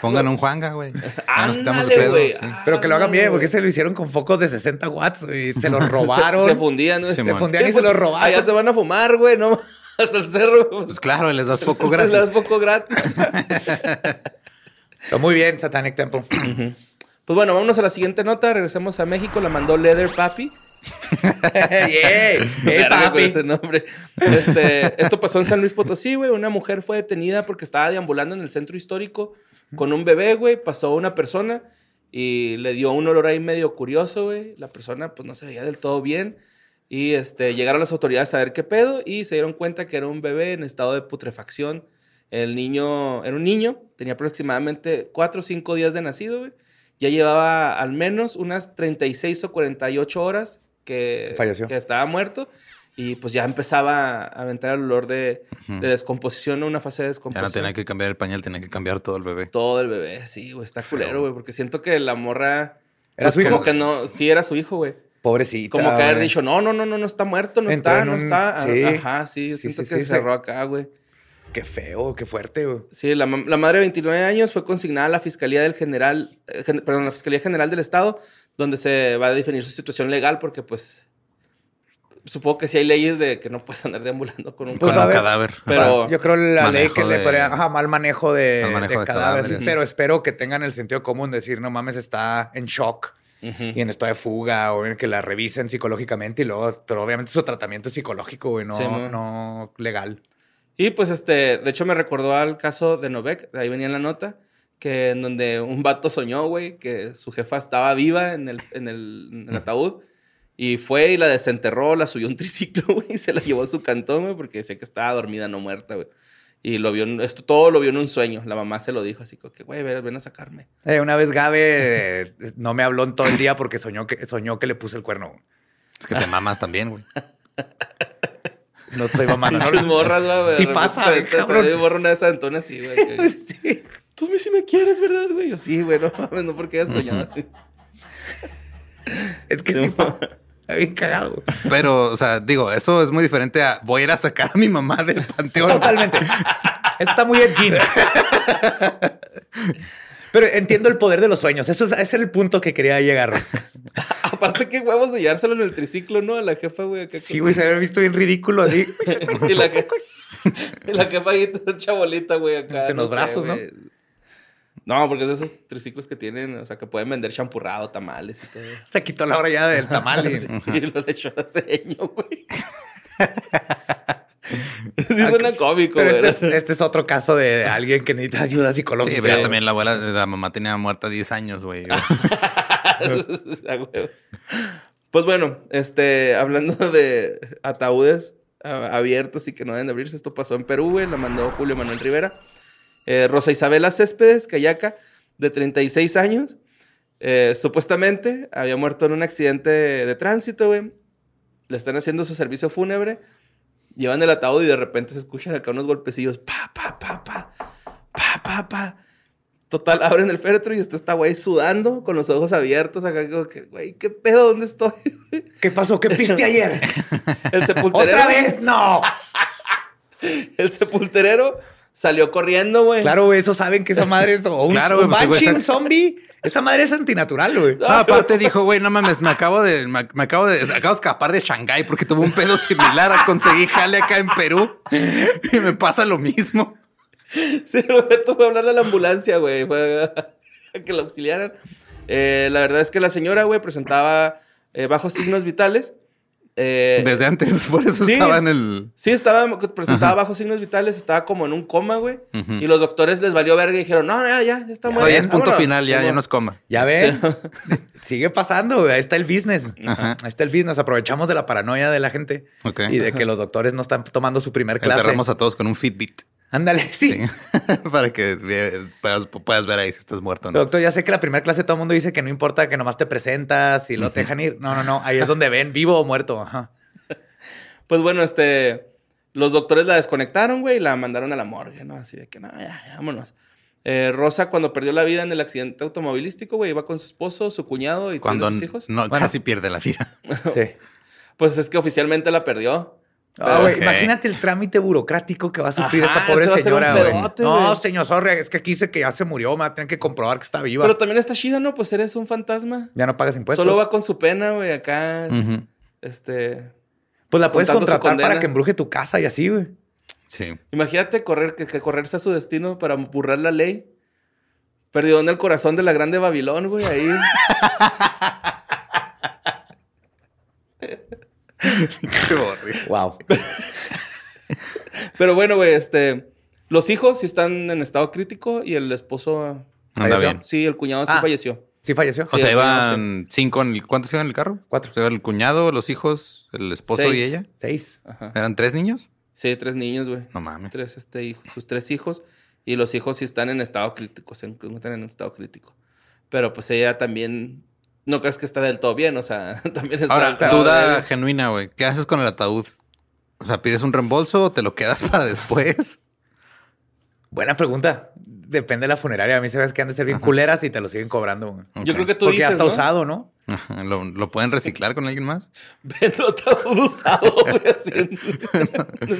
S4: Pongan un Juanga, güey.
S3: Ah,
S4: Ya nos quitamos de
S2: ándale,
S4: pedo,
S2: güey.
S4: sí.
S3: Pero que lo hagan
S2: Ándale,
S3: bien, porque
S2: Ah, güey.
S3: se lo hicieron con focos de 60 watts güey. se los
S2: Se-
S3: robaron.
S2: Se, fundían, ¿no?
S4: Simón.
S3: Se fundían y
S2: Sí,
S3: se
S2: pues,
S3: los robaron.
S2: Allá se van a fumar, güey, ¿no? Hasta el cerro.
S4: Pues claro, les das poco
S2: Les
S4: gratis.
S2: das poco gratis.
S3: Pero Muy bien, Satanic Temple.
S2: Pues bueno, vámonos a la siguiente nota. Regresamos a México. La mandó Leather Papi.
S3: yeah.
S2: Verga
S3: Hey,
S2: con
S3: papi.
S2: ese nombre. Este, esto pasó en San Luis Potosí, güey. Una mujer fue detenida porque estaba deambulando en el centro histórico con un bebé, güey. Pasó una persona y le dio un olor ahí medio curioso, güey. La persona, pues, no se veía del todo bien. Y este, llegaron las autoridades a ver qué pedo y se dieron cuenta que era un bebé en estado de putrefacción. El niño, era un niño, tenía aproximadamente 4 o 5 días de nacido, güey. Ya llevaba al menos unas 36 o 48 horas que,
S3: Falleció.
S2: que estaba muerto y pues ya empezaba a aventar el olor de,
S4: Ujú.
S3: eh,
S2: de descomposición, una fase de
S4: Ya no
S3: pues,
S2: descomposición.
S4: tenía que cambiar el pañal, tenía que cambiar todo el bebé.
S2: Todo el bebé, sí, güey, está culero,
S4: Feo.
S2: güey, porque siento que la morra...
S3: Era su
S2: pues,
S3: hijo.
S2: Como que no, sí era su hijo, güey.
S3: Pobrecita.
S2: Como que haber
S3: güey.
S2: dicho, no, no, no, no, no está muerto, no
S3: Entró
S2: está,
S3: en
S2: no
S3: un-
S2: está. Ah,
S3: sí.
S2: Ajá, sí, yo
S3: Sí,
S2: siento
S3: sí,
S2: que
S3: sí,
S2: se
S3: se-
S2: cerró acá, güey.
S3: Qué feo, qué fuerte, güey.
S2: Sí, la, mam- la madre de 29 años fue consignada a la Fiscalía del General, eh, gen- perdón, la Fiscalía General del Estado, donde se va a definir su situación legal porque pues supongo que sí hay leyes de que no puedes andar deambulando con un
S3: Pues,
S4: Con
S3: a
S2: cadáver.
S4: un
S3: ver,
S4: cadáver.
S2: pero-
S4: Ajá.
S3: Yo creo la ley
S4: Manejo
S3: que le
S4: de-
S3: podría. Ajá, mal manejo de,
S4: Mal manejo
S3: de
S4: de
S3: cadáveres.
S4: cadáveres.
S3: Pero espero que tengan el sentido común de decir, no mames, está en shock y en estado de fuga o en que la revisen psicológicamente y luego. Pero obviamente su tratamiento es psicológico y no,
S2: Sí, man.
S3: no legal.
S2: Y pues este, de hecho me recordó al caso de Novek, ahí venía en la nota, que en donde un vato soñó, güey, que su jefa estaba viva en el, en el, en el ataúd y fue y la desenterró, la subió a un triciclo, güey, y se la llevó a su cantón, güey, porque decía que estaba dormida, no muerta, güey. Y lo vio, en- esto todo lo vio en un sueño. La mamá se lo dijo así, como que, güey, ven, ven a sacarme.
S3: Eh, una vez Gabe eh, no me habló en todo el día porque soñó que, soñó que le puse el cuerno.
S4: Es que te mamas también, güey.
S3: No estoy mamando. no
S2: Pinches
S3: lo-
S2: morras, güey. de
S3: Sí
S2: repente
S3: pasa,
S2: se- te-
S3: cabrón. Pues
S2: te borra una de esas Antonia así, güey. que,
S3: Sí.
S2: Tú me si me quieres, ¿verdad, güey? Yo sí, güey, no mames, no porque hayas soñado.
S3: Es que sí, pa- Está bien cagado.
S4: Pero, o sea, digo, eso es muy diferente a voy a ir a sacar a mi mamá del panteón.
S3: Totalmente. Está muy Ed Gein. Pero entiendo el poder de los sueños. Eso es, ese es el punto que quería llegar.
S2: Aparte, qué huevos de llevárselo en el triciclo, ¿no? A la jefa, güey. acá
S3: Sí, güey, se había visto bien ridículo así.
S2: con- Y la jefa. Y la jefa ahí toda chabolita, güey, acá.
S3: Pues En los brazos, ¿no?
S2: güey. No, porque es de esos triciclos que tienen, o sea, que pueden vender champurrado, tamales y todo.
S3: Se quitó la hora ya del tamal. y-
S2: Y lo le echó la ceño, güey. Sí, suena cómico,
S3: Pero
S2: güey.
S3: este es, este es otro caso de alguien que necesita ayuda psicológica.
S4: Sí, pero también la abuela, la mamá tenía muerta 10 años, güey.
S2: A huevo. Pues bueno, este, hablando de ataúdes a- abiertos y que no deben de abrirse, esto pasó en Perú, güey, la mandó Julio Manuel Rivera. Eh, Rosa Isabela Céspedes, Cayaca, de 36 años, eh, supuestamente había muerto en un accidente de tránsito, güey. Le están haciendo su servicio fúnebre, llevan el ataúd y de repente se escuchan acá unos golpecillos, pa, pa, pa, pa, pa, pa, pa. Total, abren el féretro y está esta güey sudando con los ojos abiertos. Acá, como que, güey, ¿qué pedo? ¿Dónde estoy?
S3: ¿Qué pasó? ¿Qué piste ayer?
S2: El sepulterero.
S3: ¡Otra vez! ¡No!
S2: El sepulterero salió corriendo, güey.
S3: Claro, güey, eso saben que esa madre es o un,
S4: Claro,
S3: un
S4: güey, pues,
S3: banshee,
S4: güey,
S3: un zombie. Esa madre es antinatural, güey.
S4: No, aparte dijo, güey, no mames, me acabo de, me, me acabo de, acabo de escapar de Shanghái porque tuve un pedo similar a conseguir jale acá en Perú y me pasa lo mismo.
S2: Sí, el vato fue a hablarle a la ambulancia, güey. Fue a a que la auxiliaran. Eh, la verdad es que la señora, güey, presentaba eh, bajos signos vitales. Eh,
S4: Desde antes, por eso
S2: Sí.
S4: estaba en el.
S2: Sí, estaba, presentaba bajos signos vitales, estaba como en un coma, güey.
S4: Ujú.
S2: Y los doctores les valió verga y dijeron, no, ya, ya, ya está
S4: No,
S2: muerta.
S4: ya es punto
S2: vámonos".
S4: final, ya,
S2: Como-
S4: ya nos coma.
S3: Ya ven, sigue pasando, güey. ahí está el business.
S4: Ajá.
S3: Ahí está el business. Aprovechamos de la paranoia de la gente
S4: Ok.
S3: y de que los doctores no están tomando su primer clase.
S4: Enterramos a todos con un Fitbit.
S3: Ándale, sí.
S4: Sí. Para que ve- puedas, puedas ver ahí si estás muerto o no.
S3: Doctor, ya sé que la primera clase todo el mundo dice que no importa que nomás te presentas y lo te dejan ir. No, no, no. Ahí es donde ven vivo o muerto. Ajá.
S2: Pues bueno, este. Los doctores la desconectaron, güey, y la mandaron a la morgue, ¿no? Así de que, no, ya, ya, vámonos. Eh, Rosa, cuando perdió la vida en el accidente automovilístico, güey, iba con su esposo, su cuñado y tres
S4: Cuando
S2: de sus hijos.
S4: no,
S3: Bueno.
S4: casi pierde la vida.
S3: Sí.
S2: Pues es que oficialmente la perdió.
S3: Ah, güey,
S4: Ok.
S3: imagínate el trámite burocrático que va a sufrir
S2: Ajá,
S3: esta pobre
S2: ese va a ser
S3: señora,
S2: un
S3: güey.
S2: pedote,
S3: No,
S2: güey.
S3: señor, sorry, es que aquí dice que ya se murió, me va a tener que comprobar que está viva.
S2: Pero también está chida, ¿no? Pues eres un fantasma.
S3: ya no pagas impuestos.
S2: Solo va con su pena, güey, acá.
S4: Ujú.
S2: Este.
S3: pues la puedes
S2: contando su
S3: contratar para
S2: condena.
S3: que embruje tu casa y así, güey.
S4: Sí.
S2: Imagínate correr, que, que correr sea su destino para burlar la ley. Perdió en el corazón de la grande Babilón, güey, ahí.
S4: Qué horrible.
S3: Wow.
S2: Pero bueno, güey, este. Los hijos sí están en estado crítico y el esposo.
S4: Anda
S3: Falleció.
S4: bien.
S2: Sí, el cuñado sí
S3: Ah.
S2: falleció.
S3: Sí falleció.
S4: O
S2: Sí,
S4: sea,
S2: el
S4: iban cinco en el, ¿Cuántos iban en el carro?
S3: Cuatro.
S4: O sea, el cuñado, los hijos, el esposo
S2: Seis.
S4: y ella.
S3: Seis.
S2: Ajá.
S4: ¿Eran tres niños?
S2: Sí, tres niños, güey.
S4: No mames.
S2: Tres, este, hijo- sus tres hijos. Y los hijos sí están en estado crítico, se encuentran en estado crítico. Pero pues ella también. No crees que está del todo bien, o sea, también está.
S4: Ahora,
S2: del todo
S4: duda
S2: débil.
S4: genuina, güey. ¿Qué haces con el ataúd? O sea, ¿pides un reembolso o te lo quedas para después?
S3: Buena pregunta. Depende de la funeraria. A mí se me hace que han de ser bien culeras y te lo siguen cobrando. güey.
S2: Yo
S4: Ok.
S2: creo que tú
S3: Porque ya
S2: dices,
S3: está
S2: ¿no?
S3: usado, ¿no?
S4: Ajá, ¿Lo, lo pueden reciclar con alguien más?
S2: Vendo ataúd usado, güey, así en-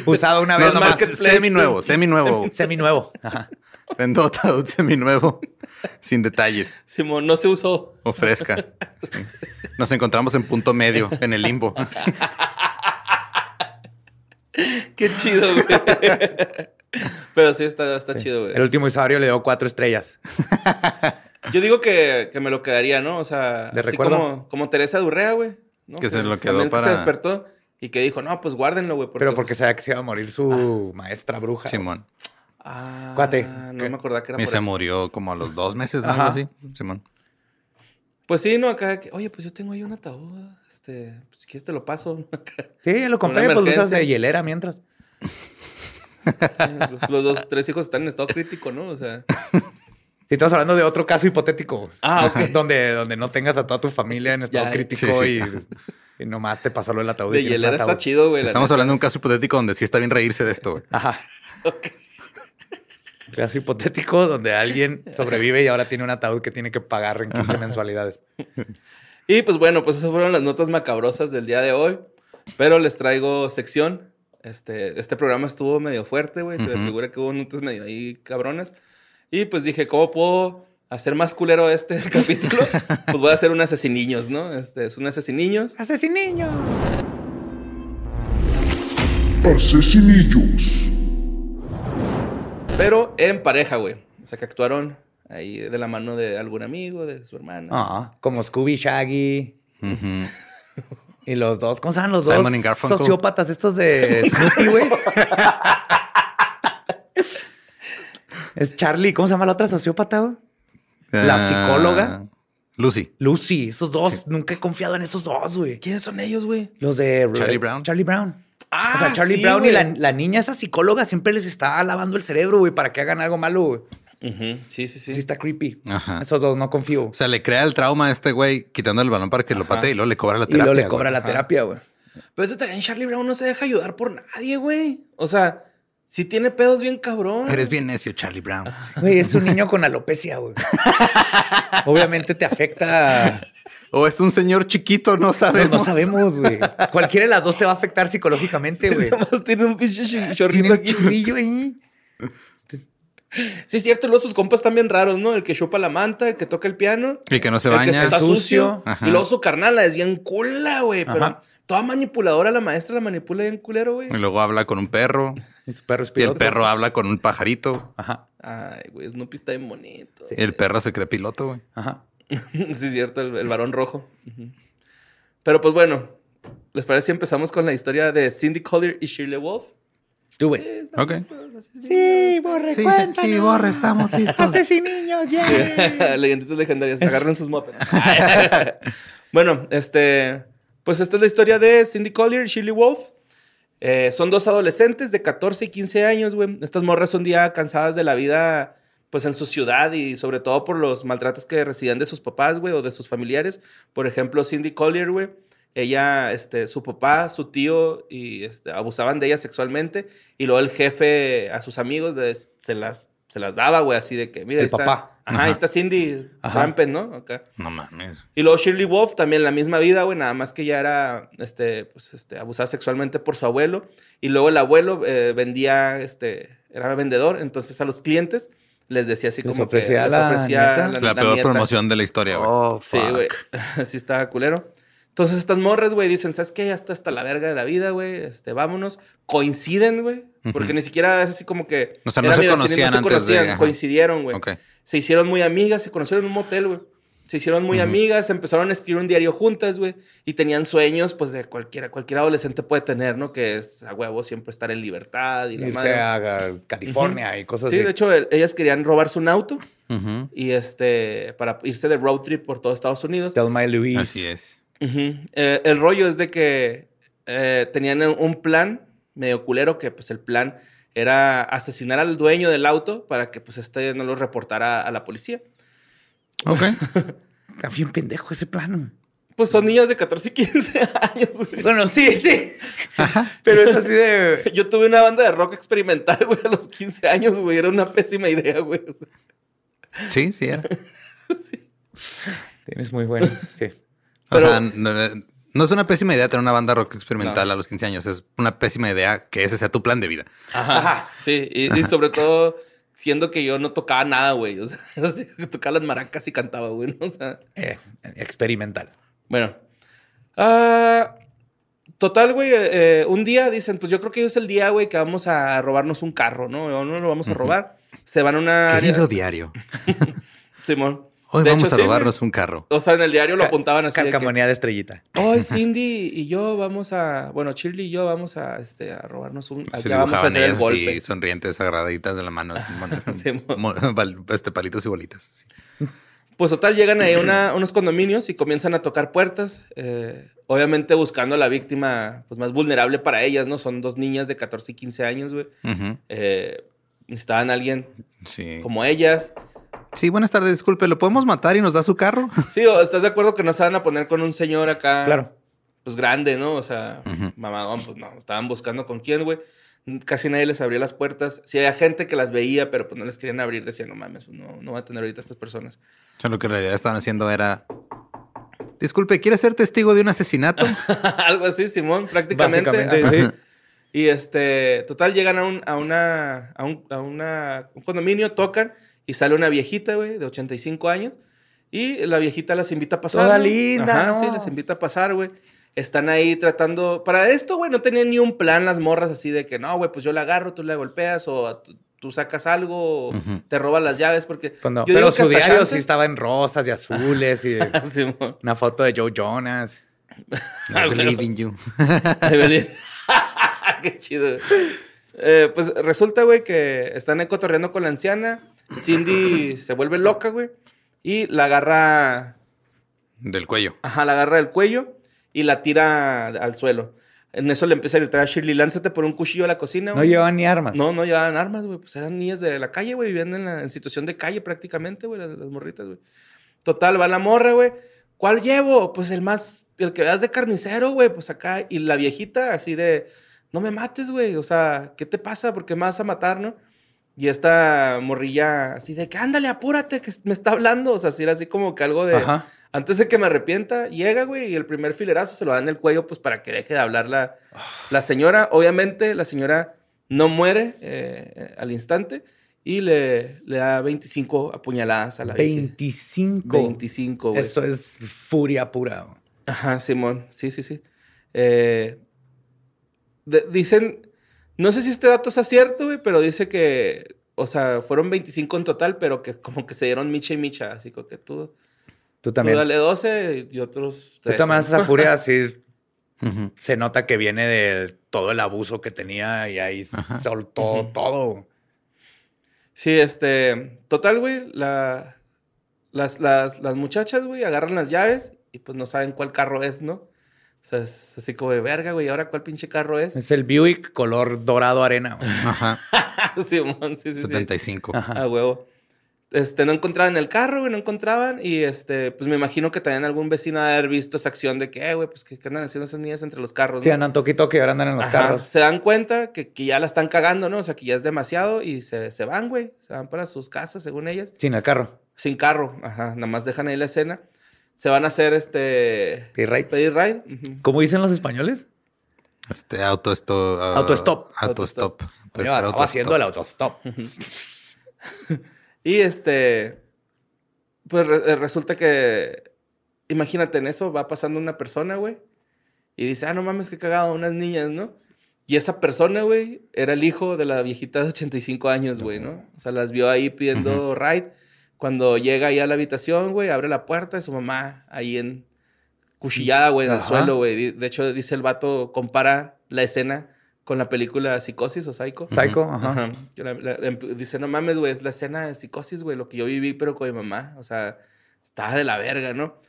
S3: Usado una
S4: No,
S3: vez
S4: no,
S3: nomás.
S4: más
S2: Marketplace.
S4: semi nuevo, semi nuevo.
S3: Semi nuevo. Ajá.
S4: Vendo ataúd semi nuevo. Sin detalles.
S2: Simón, no se usó.
S4: Ofrezca. Nos encontramos en punto medio, en el limbo.
S2: Qué chido, güey. Pero sí, está, está chido,
S3: El
S2: güey.
S3: último usuario le dio cuatro estrellas.
S2: Yo digo que, que me lo quedaría, ¿no? O sea,
S3: ¿De
S2: así
S3: recuerdo?
S2: como, como Teresa Durrea, güey. ¿no?
S4: Que se lo quedó
S2: también
S4: para-
S2: se despertó y que dijo, no, pues guárdenlo, güey.
S3: pero porque
S2: pues,
S3: sabía que se iba a morir su maestra bruja.
S4: Simón.
S2: Ah,
S3: Cuate.
S2: No me acordaba que era
S4: Y
S2: por
S4: se
S2: eso.
S4: murió como a los dos meses, ¿no?
S3: Ajá.
S4: Algo así. Simón.
S2: Pues sí, no, acá. que, Oye, pues yo tengo ahí un ataúd. Este, pues, si quieres te lo paso.
S3: Sí, lo compré,
S2: Una
S3: pues lo usas
S2: emergencia.
S3: de hielera mientras.
S2: los, los dos, tres hijos están en estado crítico, ¿no? O sea.
S3: Si estamos hablando de otro caso hipotético.
S2: Ah, ok.
S3: Donde, donde no tengas a toda tu familia en estado
S2: Ya, eh,
S3: crítico
S4: sí,
S3: Y, y nomás te pasó lo del ataúd. y
S2: De
S3: tienes un
S2: hielera está
S3: ataúd.
S2: chido, güey. la
S4: Estamos hablando de un caso hipotético donde sí está bien reírse de esto, güey.
S3: Ajá. Caso hipotético donde alguien sobrevive y ahora tiene un ataúd que tiene que pagar en 15 mensualidades.
S2: Y pues bueno, pues esas fueron las notas macabrosas del día de hoy. Pero les traigo sección. Este, este programa estuvo medio fuerte, güey. Se me
S4: Ujú.
S2: figura que hubo notas medio ahí cabronas. Y pues dije, ¿cómo puedo hacer más culero este capítulo? pues voy a hacer un asesiniños, ¿no? Este es un asesiniños.
S3: niño!
S5: Asesinillos.
S2: Pero en pareja, güey. O sea, que actuaron ahí de la mano de algún amigo, de su hermana.
S3: Ah, como Scooby Shaggy.
S4: Ujú.
S3: Y los dos, ¿cómo se llaman los
S4: Simon and
S3: dos?
S4: Garfunkel.
S3: Sociópatas estos de Snoopy, güey. es Charlie, ¿cómo se llama la otra sociópata, güey? La
S4: Ah,
S3: psicóloga.
S4: Lucy.
S3: Lucy, esos dos. Nunca he confiado en esos dos, güey.
S2: ¿Quiénes son ellos, güey?
S3: Los de
S4: Charlie Brown.
S3: Charlie Brown.
S2: Ah,
S3: o sea, Charlie
S2: sí,
S3: Brown y la,
S2: güey.
S3: la niña, esa psicóloga, siempre les está lavando el cerebro, güey, para que hagan algo malo, güey.
S2: Ujú, Sí, sí, sí.
S3: Sí está creepy.
S4: Ajá.
S3: Esos dos no confío.
S4: O sea, le crea el trauma a este güey quitando el balón para que lo patee y luego le cobra la
S3: y
S4: terapia.
S3: luego le
S4: güey.
S3: cobra la
S4: Ajá.
S3: terapia, güey.
S2: Pero eso también Charlie Brown no se deja ayudar por nadie, güey. O sea, si tiene pedos bien cabrón.
S4: Eres bien necio, Charlie Brown. Sí.
S3: Güey, es un niño con alopecia, güey. Obviamente te afecta.
S4: O es un señor chiquito, no
S3: No,
S4: sabemos.
S3: no sabemos, güey. Cualquiera de las dos te va a afectar psicológicamente, güey.
S2: Además, tiene un pinche ch-
S3: Tiene
S2: chorrito
S3: un
S2: aquí.
S3: churrillo ahí.
S2: Sí, es cierto, luego sus compas están bien raros, ¿no? El que chupa la manta, el que toca el piano.
S4: Y que no se
S2: el que
S4: baña.
S2: está sucio.
S3: sucio.
S4: Ajá.
S2: Y luego su carnala es bien cula, güey. Pero
S3: Ajá.
S2: toda manipuladora, la maestra la manipula bien culero, güey.
S4: Y luego habla con un perro.
S3: Y su perro es
S4: Y el
S3: piloto.
S4: perro habla con un pajarito.
S3: Ajá,
S2: Ay, güey, Snoopy está bien bonito.
S4: Y el perro se cree piloto, güey.
S3: ajá.
S2: Sí, es cierto, el, el varón rojo. Ujú. Pero pues bueno, ¿les parece si empezamos con la historia de Cindy Collier y Shirley Wolf?
S3: Tú, güey.
S4: Ok.
S3: Sí, borre, sí, sí, borre, estamos listos. niños, ya.
S2: Leyenditas legendarias. Agarren sus mopeds. bueno, este. Pues esta es la historia de Cindy Collier y Shirley Wolf. Eh, son dos adolescentes de 14 y 15 años, güey. Estas morras son día cansadas de la vida, pues en su ciudad y sobre todo por los maltratos que recibían de sus papás, güey, o de sus familiares. Por ejemplo, Cindy Collier, güey. Ella, este, su papá, su tío, y este, abusaban de ella sexualmente. Y luego el jefe a sus amigos de- se, las, se las daba, güey, así de que, mira,
S3: El
S2: ahí está-
S3: papá.
S2: Ajá,
S4: Ajá.
S2: ahí está Cindy
S3: Ajá.
S2: Trampen, ¿no? Acá.
S4: No mames.
S2: Y luego Shirley Wolf, también la misma vida, güey, nada más que ya era este, pues, este, abusada sexualmente por su abuelo. Y luego el abuelo eh, vendía, este, era vendedor, entonces a los clientes les decía así
S3: Les
S2: como
S3: ofrecía
S2: que
S3: la neta.
S4: La, peor
S2: neta.
S4: promoción de la historia, güey.
S3: Oh,
S2: Sí, güey. Así está culero. Entonces estas morras, güey, dicen, ¿sabes qué? Ya está hasta la verga de la vida, güey. Este, vámonos. Coinciden, güey. Porque
S4: Ujú.
S2: ni siquiera es así como que...
S4: O sea, no
S2: era
S4: se
S2: mi vecino,
S4: conocían antes de- ajá.
S2: Coincidieron, güey.
S4: Ok.
S2: Se hicieron muy amigas, se conocieron en un motel, güey. Se hicieron muy
S4: Ujú.
S2: amigas, empezaron a escribir un diario juntas, güey. Y tenían sueños, pues, de cualquiera, cualquier adolescente puede tener, ¿no? Que es a huevo siempre estar en libertad y la
S3: Irse
S2: madre.
S3: a California y cosas
S2: Sí,
S3: así.
S2: de hecho, el- ellas querían robarse un auto
S4: Ujú.
S2: y este, para irse de road trip por todo Estados Unidos.
S3: Thelma y Louise.
S4: Así es.
S2: Ujú. Eh, el rollo es de que eh, tenían un plan medio culero que pues el plan era asesinar al dueño del auto para que pues este no lo reportara a la policía.
S4: Ok.
S3: Está bien pendejo ese plano.
S2: Pues son niñas de 14 y 15 años, güey.
S3: Bueno, sí, sí. Pero es así de...
S2: Yo tuve una banda de rock experimental, güey, a los 15 años, güey. Era una pésima idea, güey. O sea,
S4: Sí, sí era.
S3: Tienes muy bueno, sí.
S4: O
S2: Pero-
S4: sea, no, no es una pésima idea tener una banda rock experimental
S2: No.
S4: a los 15 años. Es una pésima idea que ese sea tu plan de vida.
S2: Ajá. Sí, y, y sobre todo siendo que yo no tocaba nada, güey. O sea, así que tocaba las maracas y cantaba, güey. ¿no? O sea,
S3: Eh, experimental.
S2: Bueno. Ah, Total, güey, eh, eh, un día dicen, pues yo creo que hoy es el día, güey, que vamos a robarnos un carro, ¿no? O no lo vamos a robar. Se van a una... área-
S4: Querido diario,
S2: Simón.
S4: hoy
S2: De
S4: vamos
S2: Ah, hecho,
S4: a
S2: sí,
S4: robarnos un carro.
S2: güey. o sea, en el diario lo apuntaban así. de que,
S3: Calcamonía de estrellita.
S2: Hoy Cindy y yo vamos a... Bueno, Shirley y yo vamos a, este, a robarnos un...
S4: Se
S2: ya vamos a
S4: dibujaban
S2: hacer el
S4: ellas
S2: golpe.
S4: así, sonrientes, agarraditas de la mano. así, mon-
S2: Simón.
S4: mon- pal- este, palitos y bolitas. así.
S2: Pues total, llegan ahí a una- unos condominios y comienzan a tocar puertas. eh, obviamente buscando a la víctima pues, más vulnerable para ellas, ¿no? Son dos niñas de 14 y 15 años, güey.
S4: Ujú,
S2: Eh, necesitaban a alguien
S4: Sí.
S2: como ellas.
S4: Sí, buenas tardes, disculpe, ¿lo podemos matar y nos da su carro?
S2: Sí, o ¿estás de acuerdo que no se van a poner con un señor acá?
S3: Claro.
S2: Pues grande, ¿no? O sea,
S4: Ujú.
S2: mamadón, pues no. Estaban buscando con quién, güey. Casi nadie les abría las puertas. Sí, había gente que las veía, pero pues no les querían abrir. Decían, no mames, pues, no, no voy a tener ahorita a estas personas.
S4: O sea, lo que en realidad estaban haciendo era... Disculpe, ¿quiere ser testigo de un asesinato?
S2: Algo así, Simón, prácticamente.
S3: Básicamente,
S2: Ajá.
S3: sí.
S2: Y este, total, llegan a un, a una, a un, a una- un condominio, tocan y sale una viejita, güey, de 85 años. Y la viejita las invita a pasar.
S3: Toda
S2: ¿no?
S3: linda,
S2: Ajá,
S3: ¿no?
S2: Sí, las invita a pasar, güey. Están ahí tratando. Para esto, güey, no tenían ni un plan las morras así de que no, güey, pues yo la agarro, tú la golpeas o a- tú, tú sacas algo o
S4: Ujú.
S2: te robas las llaves porque.
S3: Pues no,
S2: yo digo
S3: Pero
S2: que
S3: su
S2: hasta
S3: diario
S2: chances-
S3: sí estaba en rosas y azules y de-
S2: Simón.
S3: una foto de Joe Jonas.
S2: Ah,
S4: I believe in you.
S2: Ay, Belén. Qué chido. Eh, pues resulta, güey, que están ahí cotorreando con la anciana. Cindy se vuelve loca, güey. Y la agarra.
S4: Del cuello.
S2: Ajá, la agarra del cuello y la tira al suelo. En eso le empieza a gritar a Shirley: lánzate por un cuchillo a la cocina,
S3: No
S2: güey".
S3: llevaban ni armas.
S2: No, no llevaban armas, güey. Pues eran niñas de la calle, güey. Vivían en, la, en situación de calle prácticamente, güey, las, las morritas, güey. Total, va la morra, güey. ¿Cuál llevo? Pues el más, el que veas de carnicero, güey. Pues acá. Y la viejita, así de, no me mates, güey. O sea, ¿qué te pasa? ¿Por qué me vas a matar, no? Y esta morrilla, así de que ándale, apúrate, que me está hablando. O sea, así era así como que algo de.
S3: Ajá.
S2: Antes de que me arrepienta, llega, güey, y el primer filerazo se lo da en el cuello, pues para que deje de hablar la,
S3: Ah.
S2: la señora. Obviamente, la señora no muere eh, eh, al instante y le, le da 25 apuñaladas a la vieja.
S3: 25.
S2: 25, güey.
S3: Eso es furia pura. güey.
S2: Ajá, Simón. Sí, sí, sí. Eh, de- dicen, no sé si este dato sea cierto, güey, pero dice que, o sea, fueron 25 en total, pero que como que se dieron micha y micha, así como que tú,
S3: Tú
S2: tú
S3: también.
S2: dale 12 y otros
S3: Tú
S2: 13,
S3: tomas
S2: ¿no?
S3: esa furia así.
S4: Ujú.
S3: Se nota que viene de todo el abuso que tenía y ahí soltó todo.
S2: Sí, este. Total, güey. La, las, las, las muchachas, güey, agarran las llaves y pues no saben cuál carro es, ¿no? O sea, es así como de verga, güey. ¿Ahora cuál pinche carro es?
S3: Es el Buick color dorado arena. güey.
S4: Ajá,
S2: Simón, sí, sí, sí.
S4: 75.
S3: Ajá.
S2: A huevo. Este, no encontraban el carro, güey, no encontraban. Y este, pues me imagino que también algún vecino ha de haber visto esa acción de que, eh, güey, pues que qué andan haciendo esas niñas entre los carros,
S3: Sí,
S2: ¿no?
S3: andan toquito que ahora andan en los
S2: Ajá,
S3: carros.
S2: Se dan cuenta que, que ya la están cagando, ¿no? O sea, que ya es demasiado y se, se van, güey. Se van para sus casas, según ellas.
S3: Sin el carro.
S2: Sin carro, ajá, nada más dejan ahí la escena. Se van a hacer este.
S3: Pedir ride.
S2: Pedir ride. ujú.
S3: ¿Cómo dicen los españoles?
S4: Este auto esto, ah,
S3: Autostop.
S4: Autostop. Pues,
S3: Yo estaba
S4: autostop.
S3: haciendo el autostop.
S2: Y este. Pues re- eh, resulta que. Imagínate en eso, va pasando una persona, güey. Y dice, ah, no mames, qué cagado, unas niñas, ¿no? Y esa persona, güey, era el hijo de la viejita de 85 años, güey, ¿no? O sea, las vio ahí pidiendo ride. Cuando llega ahí a la habitación, güey, abre la puerta y su mamá ahí en cuchillada, güey, en el
S3: Ajá.
S2: suelo, güey. Di- De hecho, dice el vato, compara la escena con la película Psicosis o Psycho.
S3: Psycho, ajá.
S2: Ajá. Que la- la- la- dice, no mames, güey, es la escena de psicosis, güey, lo que yo viví, pero con mi mamá. O sea, estaba de la verga, ¿no?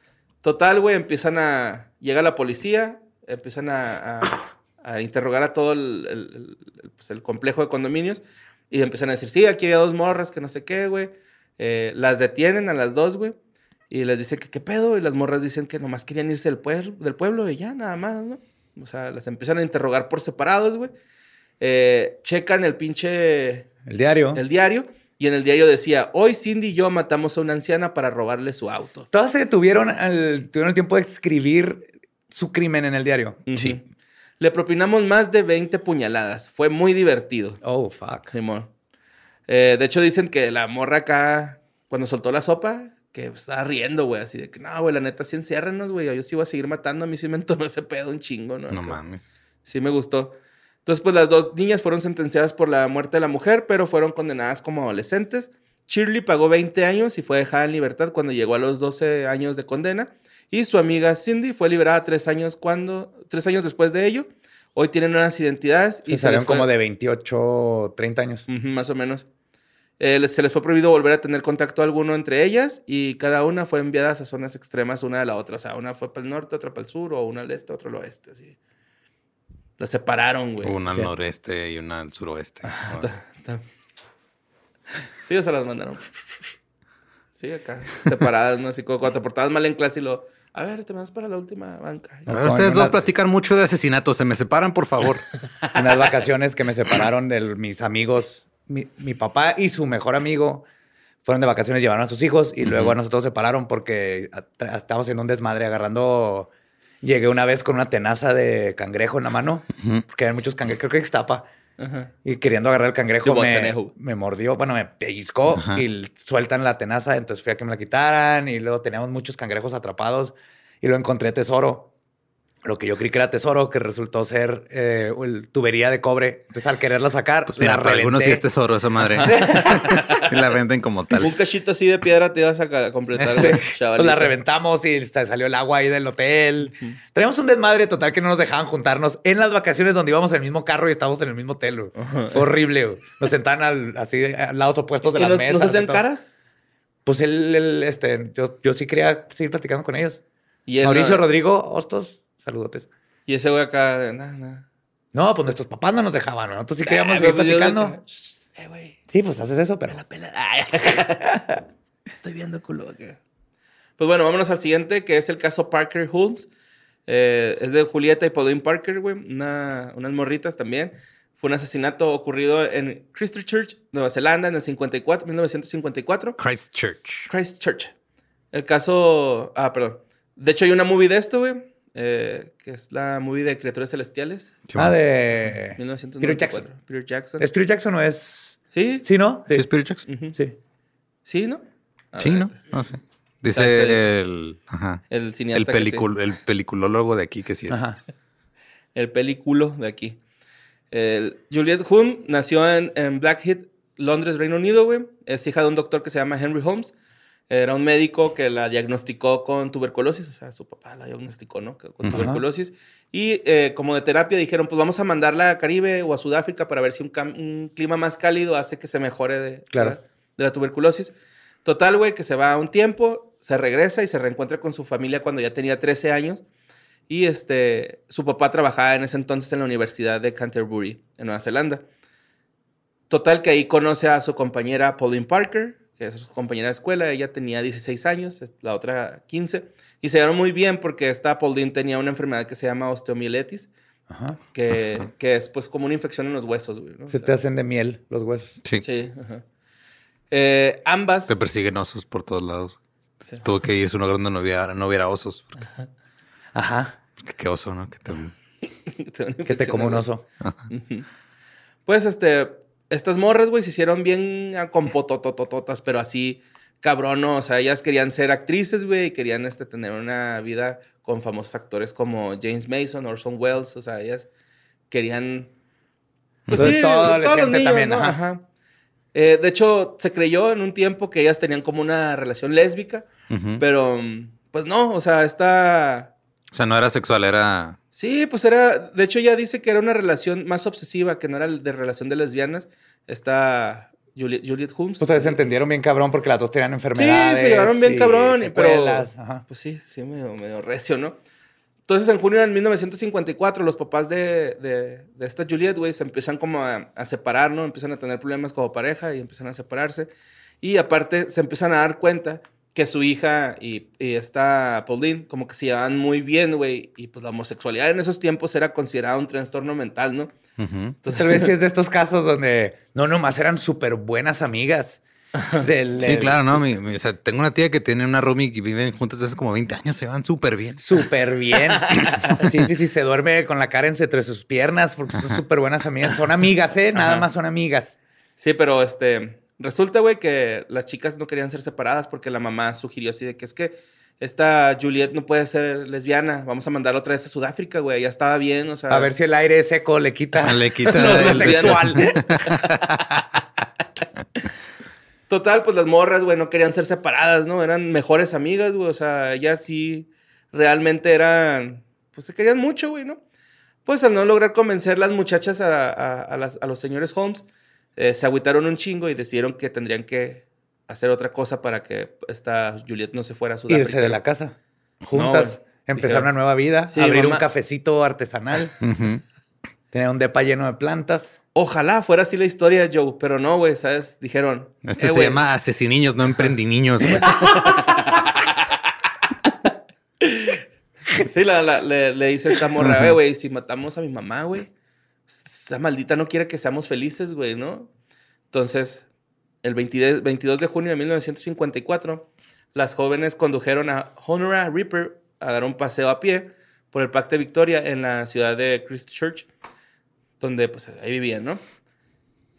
S2: Total, güey, empiezan a... Llega la policía, empiezan a, a- a interrogar a todo el, el- el- el- pues, el complejo de condominios y empiezan a decir, sí, aquí había dos morras que no sé qué, güey. Eh, las detienen a las dos, güey. Y les dicen que qué pedo. Y las morras dicen que nomás querían irse del, puer- del pueblo y ya, nada más, ¿no? O sea, las empiezan a interrogar por separados, güey. Eh, checan el pinche
S3: El diario.
S2: el diario y en el diario decía, hoy Cindy y yo matamos a una anciana para robarle su auto.
S3: Todas se tuvieron el, tuvieron el tiempo de escribir su crimen en el diario.
S2: Sí. Le propinamos más de 20 puñaladas. Fue muy divertido.
S3: Oh, fuck.
S2: Simón. Eh, de hecho, dicen que la morra acá, cuando soltó la sopa, que estaba riendo, güey, así de que, no, güey, la neta, sí enciérrenos, güey, yo sí voy a seguir matando, a mí sí me entonó ese pedo un chingo, ¿no?
S4: No
S2: Acá.
S4: mames.
S2: Sí me gustó. Entonces, pues las dos niñas fueron sentenciadas por la muerte de la mujer, pero fueron condenadas como adolescentes. Shirley pagó 20 años y fue dejada en libertad cuando llegó a los 12 años de condena. Y su amiga Cindy fue liberada tres años, cuando, tres años después de ello. Hoy tienen nuevas identidades
S3: Y
S2: y se
S3: salieron
S2: les fue-
S3: como de 28, 30 años.
S2: Ujú, más o menos. Eh, les- se les fue prohibido volver a tener contacto alguno entre ellas y cada una fue enviada a zonas extremas una de la otra. O sea, una fue para el norte, otra para el sur, o una al este, otra al oeste. Así. Las separaron, güey.
S4: Una al
S3: Ya.
S4: noreste y una al suroeste.
S2: Ta- Sí, o sea, las mandaron. Sí, acá. Separadas, ¿no? Así como cuando te portabas mal en clase y lo. A ver, te vas para la última banca.
S4: A
S3: No,
S4: ver,
S3: con
S4: ustedes
S3: una-
S4: dos platican mucho de asesinatos. Se me separan, por favor.
S3: Unas vacaciones que me separaron de mis amigos. Mi, mi papá y su mejor amigo fueron de vacaciones, llevaron a sus hijos y luego a nosotros separaron porque atra- estábamos haciendo un desmadre agarrando. Llegué una vez con una tenaza de cangrejo en la mano, porque había muchos cangrejos, creo que Ixtapa.
S2: Ajá.
S3: Y queriendo agarrar el
S2: Sí,
S3: cangrejo,
S2: hubo
S3: me,
S2: conejo.
S3: me mordió, bueno, me pellizcó
S4: Ajá.
S3: y l- sueltan la tenaza. Entonces fui a que me la quitaran y luego teníamos muchos cangrejos atrapados y lo encontré tesoro. Lo que yo creí que era tesoro, que resultó ser eh, el- tubería de cobre. Entonces al quererla sacar,
S4: Pues mira,
S3: la
S4: para algunos sí es
S3: reventé.
S4: tesoro esa madre. Y la venden como
S2: Un
S4: tal.
S2: cachito así de piedra te ibas a ca- completar, güey.
S3: Pues la
S2: chavalito.
S3: reventamos y sa- salió el agua ahí del hotel. Traíamos un desmadre total que no nos dejaban juntarnos en las vacaciones donde íbamos en el mismo carro y estábamos en el mismo hotel. güey. Fue horrible. güey. Nos sentaban al- así a lados opuestos de
S2: ¿Y
S3: las
S2: nos,
S3: mesas.
S2: nos hacían
S3: y todo.
S2: caras?
S3: Pues él, él, este, yo, yo sí quería seguir platicando con ellos.
S2: Y él,
S3: Mauricio
S2: no-
S3: Rodrigo Hostos, saludotes.
S2: Y ese güey acá, de, nah, nah.
S3: No, pues nuestros papás no nos dejaban, ¿no? Nosotros sí queríamos
S2: Ah,
S3: seguir
S2: pues yo de
S3: platicando.
S2: que, "Shh, Eh, güey,
S3: Sí, pues haces eso, pero.
S2: la pela. Ay, Estoy viendo culo acá. Pues bueno, vámonos al siguiente, que es el caso Parker Holmes. Eh, es de Julieta y Pauline Parker, güey. Una, unas morritas también. Fue un asesinato ocurrido en Christchurch, Nueva Zelanda, en el 54, 1954.
S4: Christchurch.
S2: Christchurch. El caso. Ah, perdón. De hecho, hay una movie de esto, güey. eh, que es la movie de Criaturas Celestiales.
S3: Ah, de.
S2: 1994.
S3: Peter Jackson.
S2: Peter Jackson.
S3: ¿Es Peter Jackson o es.?
S2: ¿Sí?
S3: Sí, Mm. Ah, ¿no?
S4: ¿Sí es Peter Jackson?
S2: Ujú.
S3: Sí.
S2: ¿Sí, no? A
S4: Sí,
S2: ver,
S4: ¿no? No sé.
S2: ¿Sabes cuál es?
S4: Dice el... Ajá.
S2: El cineasta.
S4: El,
S2: que sí.
S4: pelicul- el peliculólogo de aquí que sí es.
S3: Ajá.
S2: el películo de aquí. El- Juliette Hume nació en, en Blackheath, Londres, Reino Unido, güey. Es hija de un doctor que se llama Henry Holmes. Era un médico que la diagnosticó con tuberculosis, o sea, su papá la diagnosticó, ¿no? Que- Con
S4: Ajá.
S2: tuberculosis. Y eh, como de terapia dijeron, pues vamos a mandarla a Caribe o a Sudáfrica para ver si un, cam- un clima más cálido hace que se mejore de,
S3: Claro.
S2: de la- de la tuberculosis. Total, güey, que se va un tiempo, se regresa y se reencuentra con su familia cuando ya tenía 13 años. Y este, su papá trabajaba en ese entonces en la Universidad de Canterbury, en Nueva Zelanda. Total que ahí conoce a su compañera Pauline Parker, que es su compañera de escuela, ella tenía 16 años, es- la otra 15, y se dieron muy bien porque esta Pauline tenía una enfermedad que se llama osteomielitis,
S3: Ajá.
S2: que, que es pues como una infección en los huesos, güey. ¿no? O
S3: Se
S2: sea,
S3: te hacen de miel los huesos.
S4: Sí.
S2: Sí, ajá. Eh, ambas...
S4: Te persiguen osos por todos lados.
S2: Sí.
S4: Tuvo que irse a un lugar donde no hubiera, no hubiera osos. Porque,
S3: Ajá.
S4: porque qué oso, ¿no? Que te-
S2: te dan
S3: Que te como un
S2: infecciones.
S3: oso.
S2: Pues este, estas morras, güey, se hicieron bien a- con potototototas, pero así, cabrón, ¿no? o sea, ellas querían ser actrices, güey, y querían este, tener una vida con famosos actores como James Mason, Orson Welles, o sea, ellas querían...
S3: Entonces, todo
S2: Pues todos los
S3: adolescente también, ajá.
S2: Eh, de hecho, se creyó en un tiempo que ellas tenían como una relación lésbica,
S4: Ujú.
S2: pero mm, pues no, o sea, esta
S4: O sea, no era sexual, era...
S2: Sí, pues era. De hecho, ella dice que era una relación más obsesiva, que no era de relación de lesbianas. Está Juliet, Juliet Holmes.
S3: Pues Ustedes se entendieron bien cabrón porque las dos tenían enfermedades.
S2: Sí, se llevaron bien
S3: y
S2: cabrón, y- pero-
S3: secuelas. Ajá.
S2: Pues sí, sí, medio, medio recio, ¿no? Entonces, en junio de 1954, los papás de, de, de esta Juliet, güey, se empiezan como a, a separar, ¿no? Empiezan a tener problemas como pareja y empiezan a separarse. Y aparte, se empiezan a dar cuenta que su hija y, y esta Pauline como que se llevaban muy bien, güey. Y pues la homosexualidad en esos tiempos era considerada un trastorno mental, ¿no?
S4: Ujú.
S3: Entonces, tal vez sí es de estos casos donde no nomás eran súper buenas amigas. Del-
S4: Sí,
S3: del-
S4: claro, ¿no? Mi- mi- o sea, tengo una tía que tiene una roomie que viven juntas desde hace como 20 años. Se van súper bien.
S3: Súper bien. Sí, sí, sí. Se duerme con la cara entre sus piernas porque son súper buenas amigas. Son amigas, ¿eh? Nada más son amigas.
S2: Sí, pero este, Resulta, güey, que las chicas no querían ser separadas porque la mamá sugirió así de que es que esta Juliet no puede ser lesbiana. Vamos a mandarla otra vez a Sudáfrica, güey. Ya estaba bien, o sea.
S3: A ver si el aire seco le quita
S4: Ah, Le quita
S3: lo- lo
S4: el-
S3: sexual.
S2: Total, pues las morras, güey, no querían ser separadas, ¿no? Eran mejores amigas, güey. O sea, ellas sí realmente eran. Pues se querían mucho, güey, ¿no? Pues al no lograr convencer las muchachas a, a- a las- a los señores Holmes, eh, se agüitaron un chingo y decidieron que tendrían que hacer otra cosa para que esta Juliet no se fuera a Sudáfrica.
S3: Irse de la casa. Juntas.
S2: güey.
S3: empezar
S2: Dijeron-
S3: una nueva vida.
S2: Sí,
S3: abrir
S2: mamá.
S3: un cafecito artesanal.
S4: Ujú.
S3: tener un depa lleno de plantas.
S2: Ojalá fuera así la historia, Joe, pero no, güey, ¿sabes? Dijeron.
S4: Este
S2: "Eh,
S4: se
S2: güey,
S4: llama Asesiniños, no Emprendiniños, güey.
S2: Sí, la- la- le, le dice esta morra, "Eh, güey, si matamos a mi mamá, güey, esa maldita no quiere que seamos felices, güey, ¿no? Entonces, el 22, 22 de junio de 1954, las jóvenes condujeron a Honora Reaper a dar un paseo a pie por el Parque de Victoria en la ciudad de Christchurch, donde pues ahí vivían, ¿no?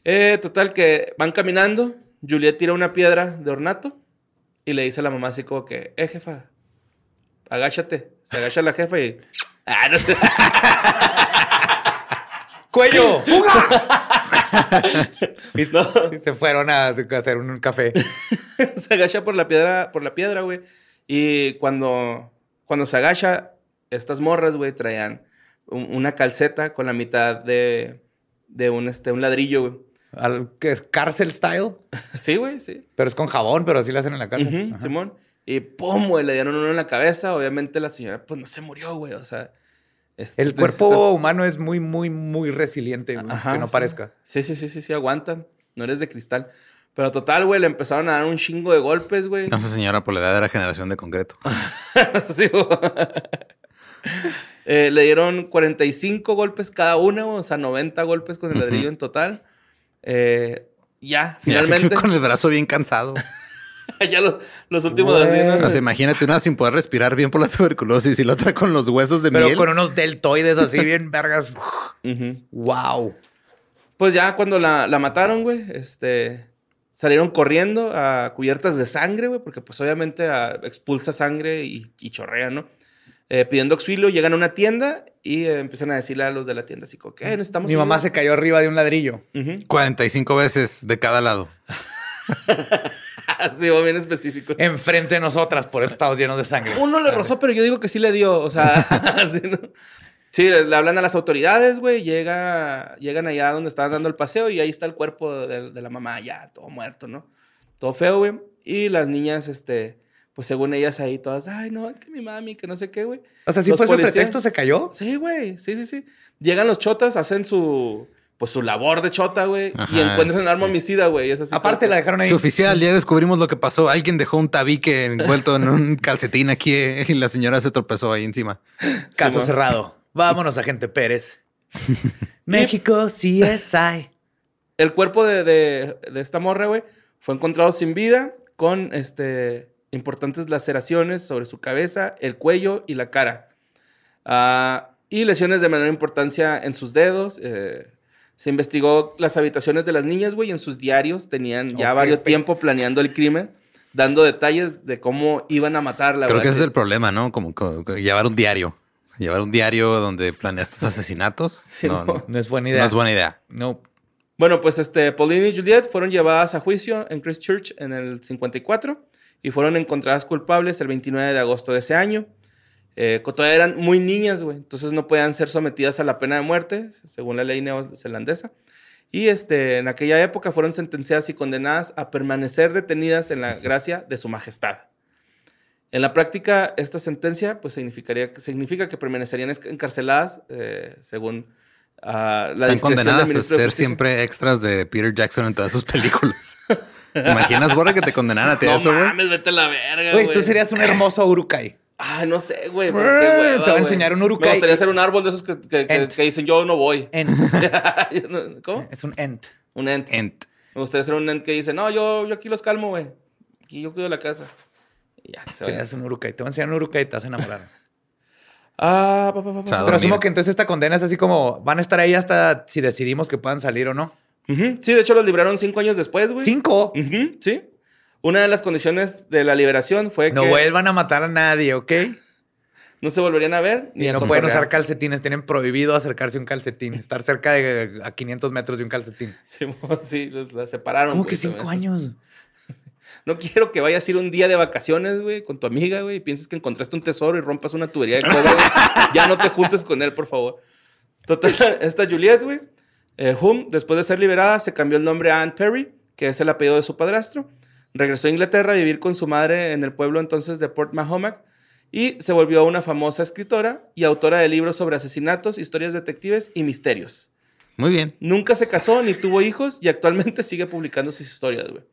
S2: Eh, total que van caminando, Juliet tira una piedra de ornato y le dice a la mamá así como que, eh, jefa, agáchate. Se agacha la jefa y... Ah, no sé.
S3: ¡Cuello!
S2: No.
S3: Se fueron a hacer un café.
S2: se agacha por la piedra, por la piedra, güey. Y cuando, cuando se agacha, estas morras, güey, traían un- una calceta con la mitad de, de un, este, un ladrillo, güey.
S3: Al, que es cárcel style.
S2: Sí, güey, sí.
S3: Pero es con jabón, pero así lo hacen en la cárcel.
S2: Ujú,
S3: Ajá.
S2: Simón. Y pum, güey, le dieron uno en la cabeza. Obviamente la señora, pues no se murió, güey. O sea, es-
S3: El cuerpo
S2: necesitas-
S3: humano es muy, muy, muy resiliente, güey,
S2: Ajá,
S3: que no
S2: sí.
S3: parezca.
S2: Sí, sí, sí, sí, sí, aguantan. No eres de cristal. Pero total, güey, le empezaron a dar un chingo de golpes, güey.
S4: Entonces, señora, por la edad de la generación de concreto.
S2: Sí, güey. Eh, le dieron 45 golpes cada uno, o sea, 90 golpes con el
S4: Ujú.
S2: ladrillo en total. Eh, ya,
S4: Finalmente.
S2: finalmente.
S4: con el brazo bien cansado.
S2: ya los, los últimos
S3: Güey.
S2: así, ¿no?
S4: O sea, imagínate una sin poder respirar bien por la tuberculosis y la otra con los huesos de
S3: Pero
S4: miel.
S3: con unos deltoides así bien vergas.
S2: Ujú.
S3: ¡Wow!
S2: Pues ya cuando la, la mataron, güey, este, salieron corriendo a cubiertas de sangre, güey, porque pues obviamente ah, expulsa sangre y, y chorrea, ¿no? Eh, pidiendo auxilio, llegan a una tienda y eh, empiezan a decirle a los de la tienda así, como, ¿qué? Necesitamos
S3: Mi mamá se cayó arriba de un ladrillo.
S2: Ujú.
S4: 45 veces de cada lado.
S2: Así, güey, bien específico.
S3: Enfrente de nosotras, por eso estamos llenos de sangre.
S2: Uno le rozó, pero yo digo que sí le dio. O sea, sí, ¿no? Sí, le, le hablan a las autoridades, güey. Llega, llegan allá donde estaban dando el paseo y ahí está el cuerpo de, de la mamá, ya, todo muerto, ¿no? Todo feo, güey. Y las niñas, este, pues según ellas ahí todas, ay, no, es que mi mami, que no sé qué, güey.
S3: O sea, si
S2: Los
S3: fue su
S2: policías-
S3: pretexto, se cayó.
S2: Sí, güey, sí, sí, sí. Llegan los chotas, hacen su, pues su labor de chota, güey. Y
S4: Ajá,
S2: encuentran un arma
S4: sí.
S2: homicida, güey. y es así
S3: Aparte
S2: como
S3: la
S2: que-
S3: dejaron ahí.
S4: Sí, oficial, ya descubrimos lo que pasó. Alguien dejó un tabique envuelto en un calcetín aquí eh, y la señora se tropezó ahí encima.
S3: Caso
S2: Simón.
S3: cerrado. Vámonos, agente Pérez. México CSI.
S2: El cuerpo de, de- de esta morra, güey, fue encontrado sin vida con este, importantes laceraciones sobre su cabeza, el cuello y la cara. Ah, y lesiones de menor importancia en sus dedos. eh, se investigó las habitaciones de las niñas, güey, y en sus diarios tenían ya
S3: Ok,
S2: varios
S3: pe-
S2: tiempo planeando el crimen, dando detalles de cómo iban a matarla.
S4: Creo
S2: güey,
S4: que ese es
S2: así.
S4: el problema, ¿no? Como, como- como llevar un diario. O sea, llevar un diario donde planeas tus asesinatos.
S2: Sí,
S4: no,
S2: no.
S4: no-
S3: No es buena idea.
S4: no es buena idea.
S3: No.
S2: Bueno, pues este, Pauline y Juliet fueron llevadas a juicio en Christchurch en el 54 y fueron encontradas culpables el 29 de agosto de ese año. Eh, co- todavía eran muy niñas, güey, entonces no podían ser sometidas a la pena de muerte, según la ley neozelandesa. Y este, en aquella época fueron sentenciadas y condenadas a permanecer detenidas en la gracia de su majestad. En la práctica, esta sentencia pues, significaría, significa que permanecerían esc- encarceladas, eh, según ah, la
S4: Están
S2: discreción del
S4: condenadas a
S2: ministro de
S4: ser
S2: Justicia.
S4: siempre extras de Peter Jackson en todas sus películas. ¿Te imaginas, Borra, que te condenaran a ti
S2: No
S4: eso, güey?
S2: mames, vete a la verga, Ah, güey.
S3: Güey, tú serías un hermoso urukai.
S2: Ay, no sé, güey. pero
S3: Brr,
S2: qué hueva,
S3: te voy a
S2: güey.
S3: enseñar un
S2: Me
S3: urukai.
S2: gustaría ser un árbol de esos que, que- que-
S3: Ent.
S2: que dicen yo no voy.
S3: Ent.
S2: Yo no- ¿Cómo?
S3: es un ent.
S2: Un ent.
S4: Ent.
S2: Me gustaría ser un ent que dice, no, yo, yo aquí los calmo, güey. Aquí yo cuido la casa. Y ya, que se vayan.
S3: Serías un urukai. Te voy a enseñar un urukai y te vas a enamorar.
S2: Ah, pa, pa, pa, pa.
S4: O sea, A
S3: Pero asumo
S4: dormir.
S3: que entonces esta condena es así como van a estar ahí hasta si decidimos que puedan salir o no.
S2: Ujú. Sí, de hecho los libraron cinco años después, güey.
S6: Cinco.
S2: Ujú, Sí. Una de las condiciones de la liberación fue
S3: No
S2: que
S3: vuelvan a matar a nadie, ¿ok?
S2: no se volverían a ver ni
S3: Y
S2: a
S3: no pueden
S2: cotorrear.
S3: usar calcetines. Tienen prohibido acercarse a un calcetín. Estar cerca de a 500 metros de un calcetín.
S2: Simón, sí, los- la separaron.
S3: ¿Cómo
S2: güey,
S3: que cinco
S2: también.
S3: años?
S2: No quiero que vayas a ir un día de vacaciones, güey, con tu amiga, güey, y pienses que encontraste un tesoro y rompas una tubería de cobre. güey. ya no te juntes con él, por favor. Total, esta Juliet, güey, eh, Hume, después de ser liberada, se cambió el nombre a Anne Perry, que es el apellido de su padrastro. Regresó a Inglaterra a vivir con su madre en el pueblo entonces de Port Mahomack y se volvió una famosa escritora y autora de libros sobre asesinatos, historias detectives y misterios.
S4: Muy bien.
S2: Nunca se casó ni tuvo hijos y actualmente sigue publicando sus historias, güey.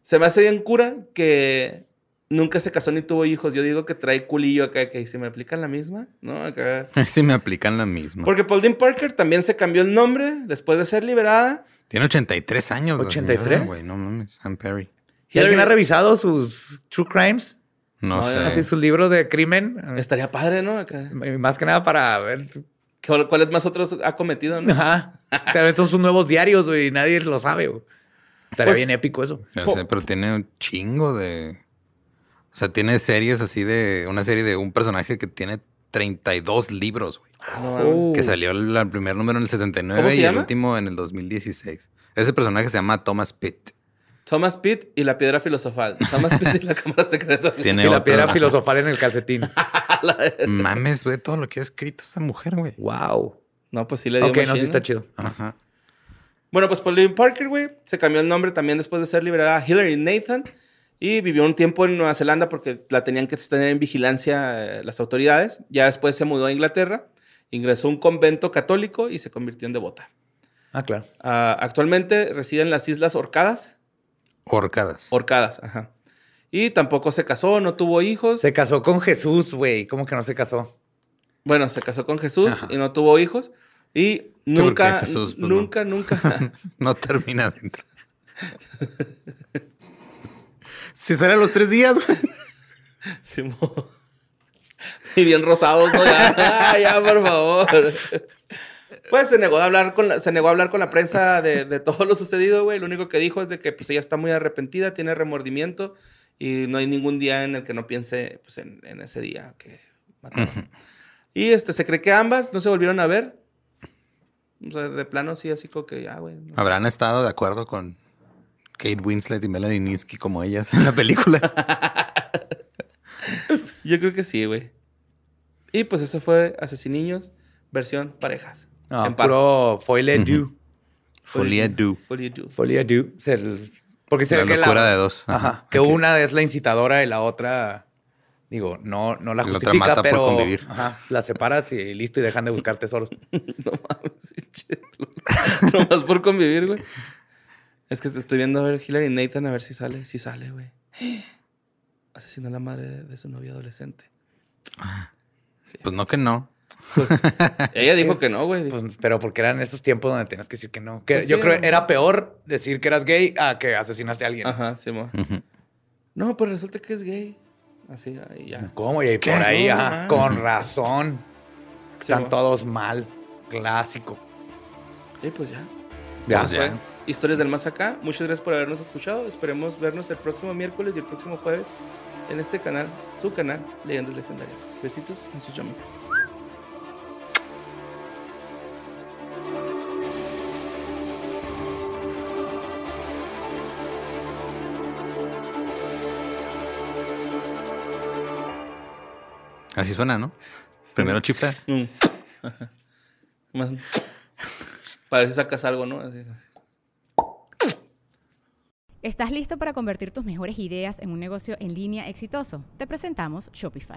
S2: Se me hace bien cura que nunca se casó ni tuvo hijos. Yo digo que trae culillo acá, que si me aplican la misma, ¿no? Acá.
S4: Si me aplican la misma.
S2: Porque Pauline Parker también se cambió el nombre después de ser liberada.
S4: Tiene 83 años. la señora,
S3: 83?
S4: güey. No mames. Ann Perry.
S3: ¿Y alguien ha
S2: Hillary-
S3: revisado sus true crimes?
S4: No,
S2: No,
S4: sé.
S3: Así sus libros de crimen.
S2: Estaría padre, ¿no? Acá.
S3: Más que nada para ver.
S2: ¿Cuál- ¿Cuáles más otros ha cometido, no?
S3: Ajá. Tal vez son sus nuevos diarios, güey. y Nadie lo sabe, güey. Estaría
S2: Pues-
S3: bien épico eso.
S4: Ya sé, pero tiene un chingo de. O sea, tiene series así de. Una serie de un personaje que tiene 32 libros, güey.
S2: Ah, No
S3: Uh.
S2: mames.
S4: Que salió el, el primer número en el 79
S2: ¿Cómo se
S4: y
S2: llama?
S4: el último en el 2016. Ese personaje se llama Thomas Pitt.
S2: Thomas Pitt y la piedra filosofal. Thomas Pitt y la cámara secreta.
S4: Tiene
S3: Y la
S4: otro-
S3: piedra filosofal en el calcetín.
S4: Mames, güey, todo lo que ha escrito esa mujer, güey.
S3: wow.
S2: No, pues sí le dio
S3: Ok, no,
S2: machín,
S3: sí está chido.
S4: Ajá.
S2: Bueno, pues Pauline Parker, güey, se cambió el nombre también después de ser liberada a Hillary Nathan y vivió un tiempo en Nueva Zelanda porque la tenían que tener en vigilancia eh, las autoridades. Ya después se mudó a Inglaterra, ingresó a un convento católico y se convirtió en devota.
S3: Ah, claro.
S2: Ah, actualmente reside en las Islas Orcadas.
S4: Horcadas.
S2: Orcadas, ajá. Y tampoco se casó, no tuvo hijos.
S3: Se casó con Jesús, güey. ¿Cómo que no se casó?
S2: Bueno, se casó con Jesús
S4: Ajá.
S2: y no tuvo hijos. Y
S4: porque
S2: nunca,
S4: Jesús, pues, no.
S2: nunca, nunca.
S4: No termina adentro. si sale a los tres días, güey.
S2: Simón. Y bien rosados, ¿no? Ya, Ah, ya, por favor. Pues se negó a hablar con la, se negó a hablar con la prensa de, de todo lo sucedido, güey. Lo único que dijo es de que pues, ella está muy arrepentida, tiene remordimiento y no hay ningún día en el que no piense pues, en, en ese día que mataron. Y este, se cree que ambas no se volvieron a ver. O sea, de plano sí, así como que ya, güey. no.
S4: Habrán estado de acuerdo con Kate Winslet y Melanie Nitsky como ellas en la película.
S2: Yo creo que sí, güey. Y pues eso fue Asesinillos, versión parejas.
S3: No,
S2: En par.
S3: Ah, puro Foile Du.
S4: Folia Du.
S2: Folie du.
S3: Folie Du. Se- Porque se
S4: La
S3: ve que
S4: locura de dos.
S3: Ajá.
S4: Ajá.
S3: Que
S4: Ok.
S3: una es la incitadora y la otra, digo, no, no la
S4: La otra
S3: justifica,
S4: mata por
S3: pero
S4: convivir.
S3: ajá, la separas y listo y dejan de buscar tesoros.
S2: No mames, sí, chido. Nomás por convivir, güey. Es que estoy viendo a ver Hillary Nathan a ver si sale. Si sale, güey. Asesinó a la madre de, de su novia adolescente.
S4: Pues no que no.
S2: Pues, ella dijo que no, güey.
S3: Pues, pero porque eran esos tiempos donde tenías que decir que no. Que
S2: Pues
S3: yo
S2: sí,
S3: creo
S2: era-
S3: que era peor decir que eras gay a que asesinaste a alguien.
S2: Ajá, sí, mo.
S4: Ujú.
S2: No, pues resulta que es gay. Así, ahí ya.
S3: ¿Cómo? Y por ahí, ajá, con razón. Están
S2: mo.
S3: todos mal. Clásico.
S2: Y pues ya.
S3: Ya.
S4: Pues
S2: Fue Historias del Más Acá. Muchas gracias por habernos escuchado. Esperemos vernos el próximo miércoles y el próximo jueves en este canal, su canal, Leyendas Legendarias. Besitos en sus chomics.
S4: Así suena, ¿no? Primero chifla.
S2: Mm. Ajá. Más. Parece sacas algo, ¿no? Así.
S7: ¿Estás listo para convertir tus mejores ideas en un negocio en línea exitoso? Te presentamos Shopify.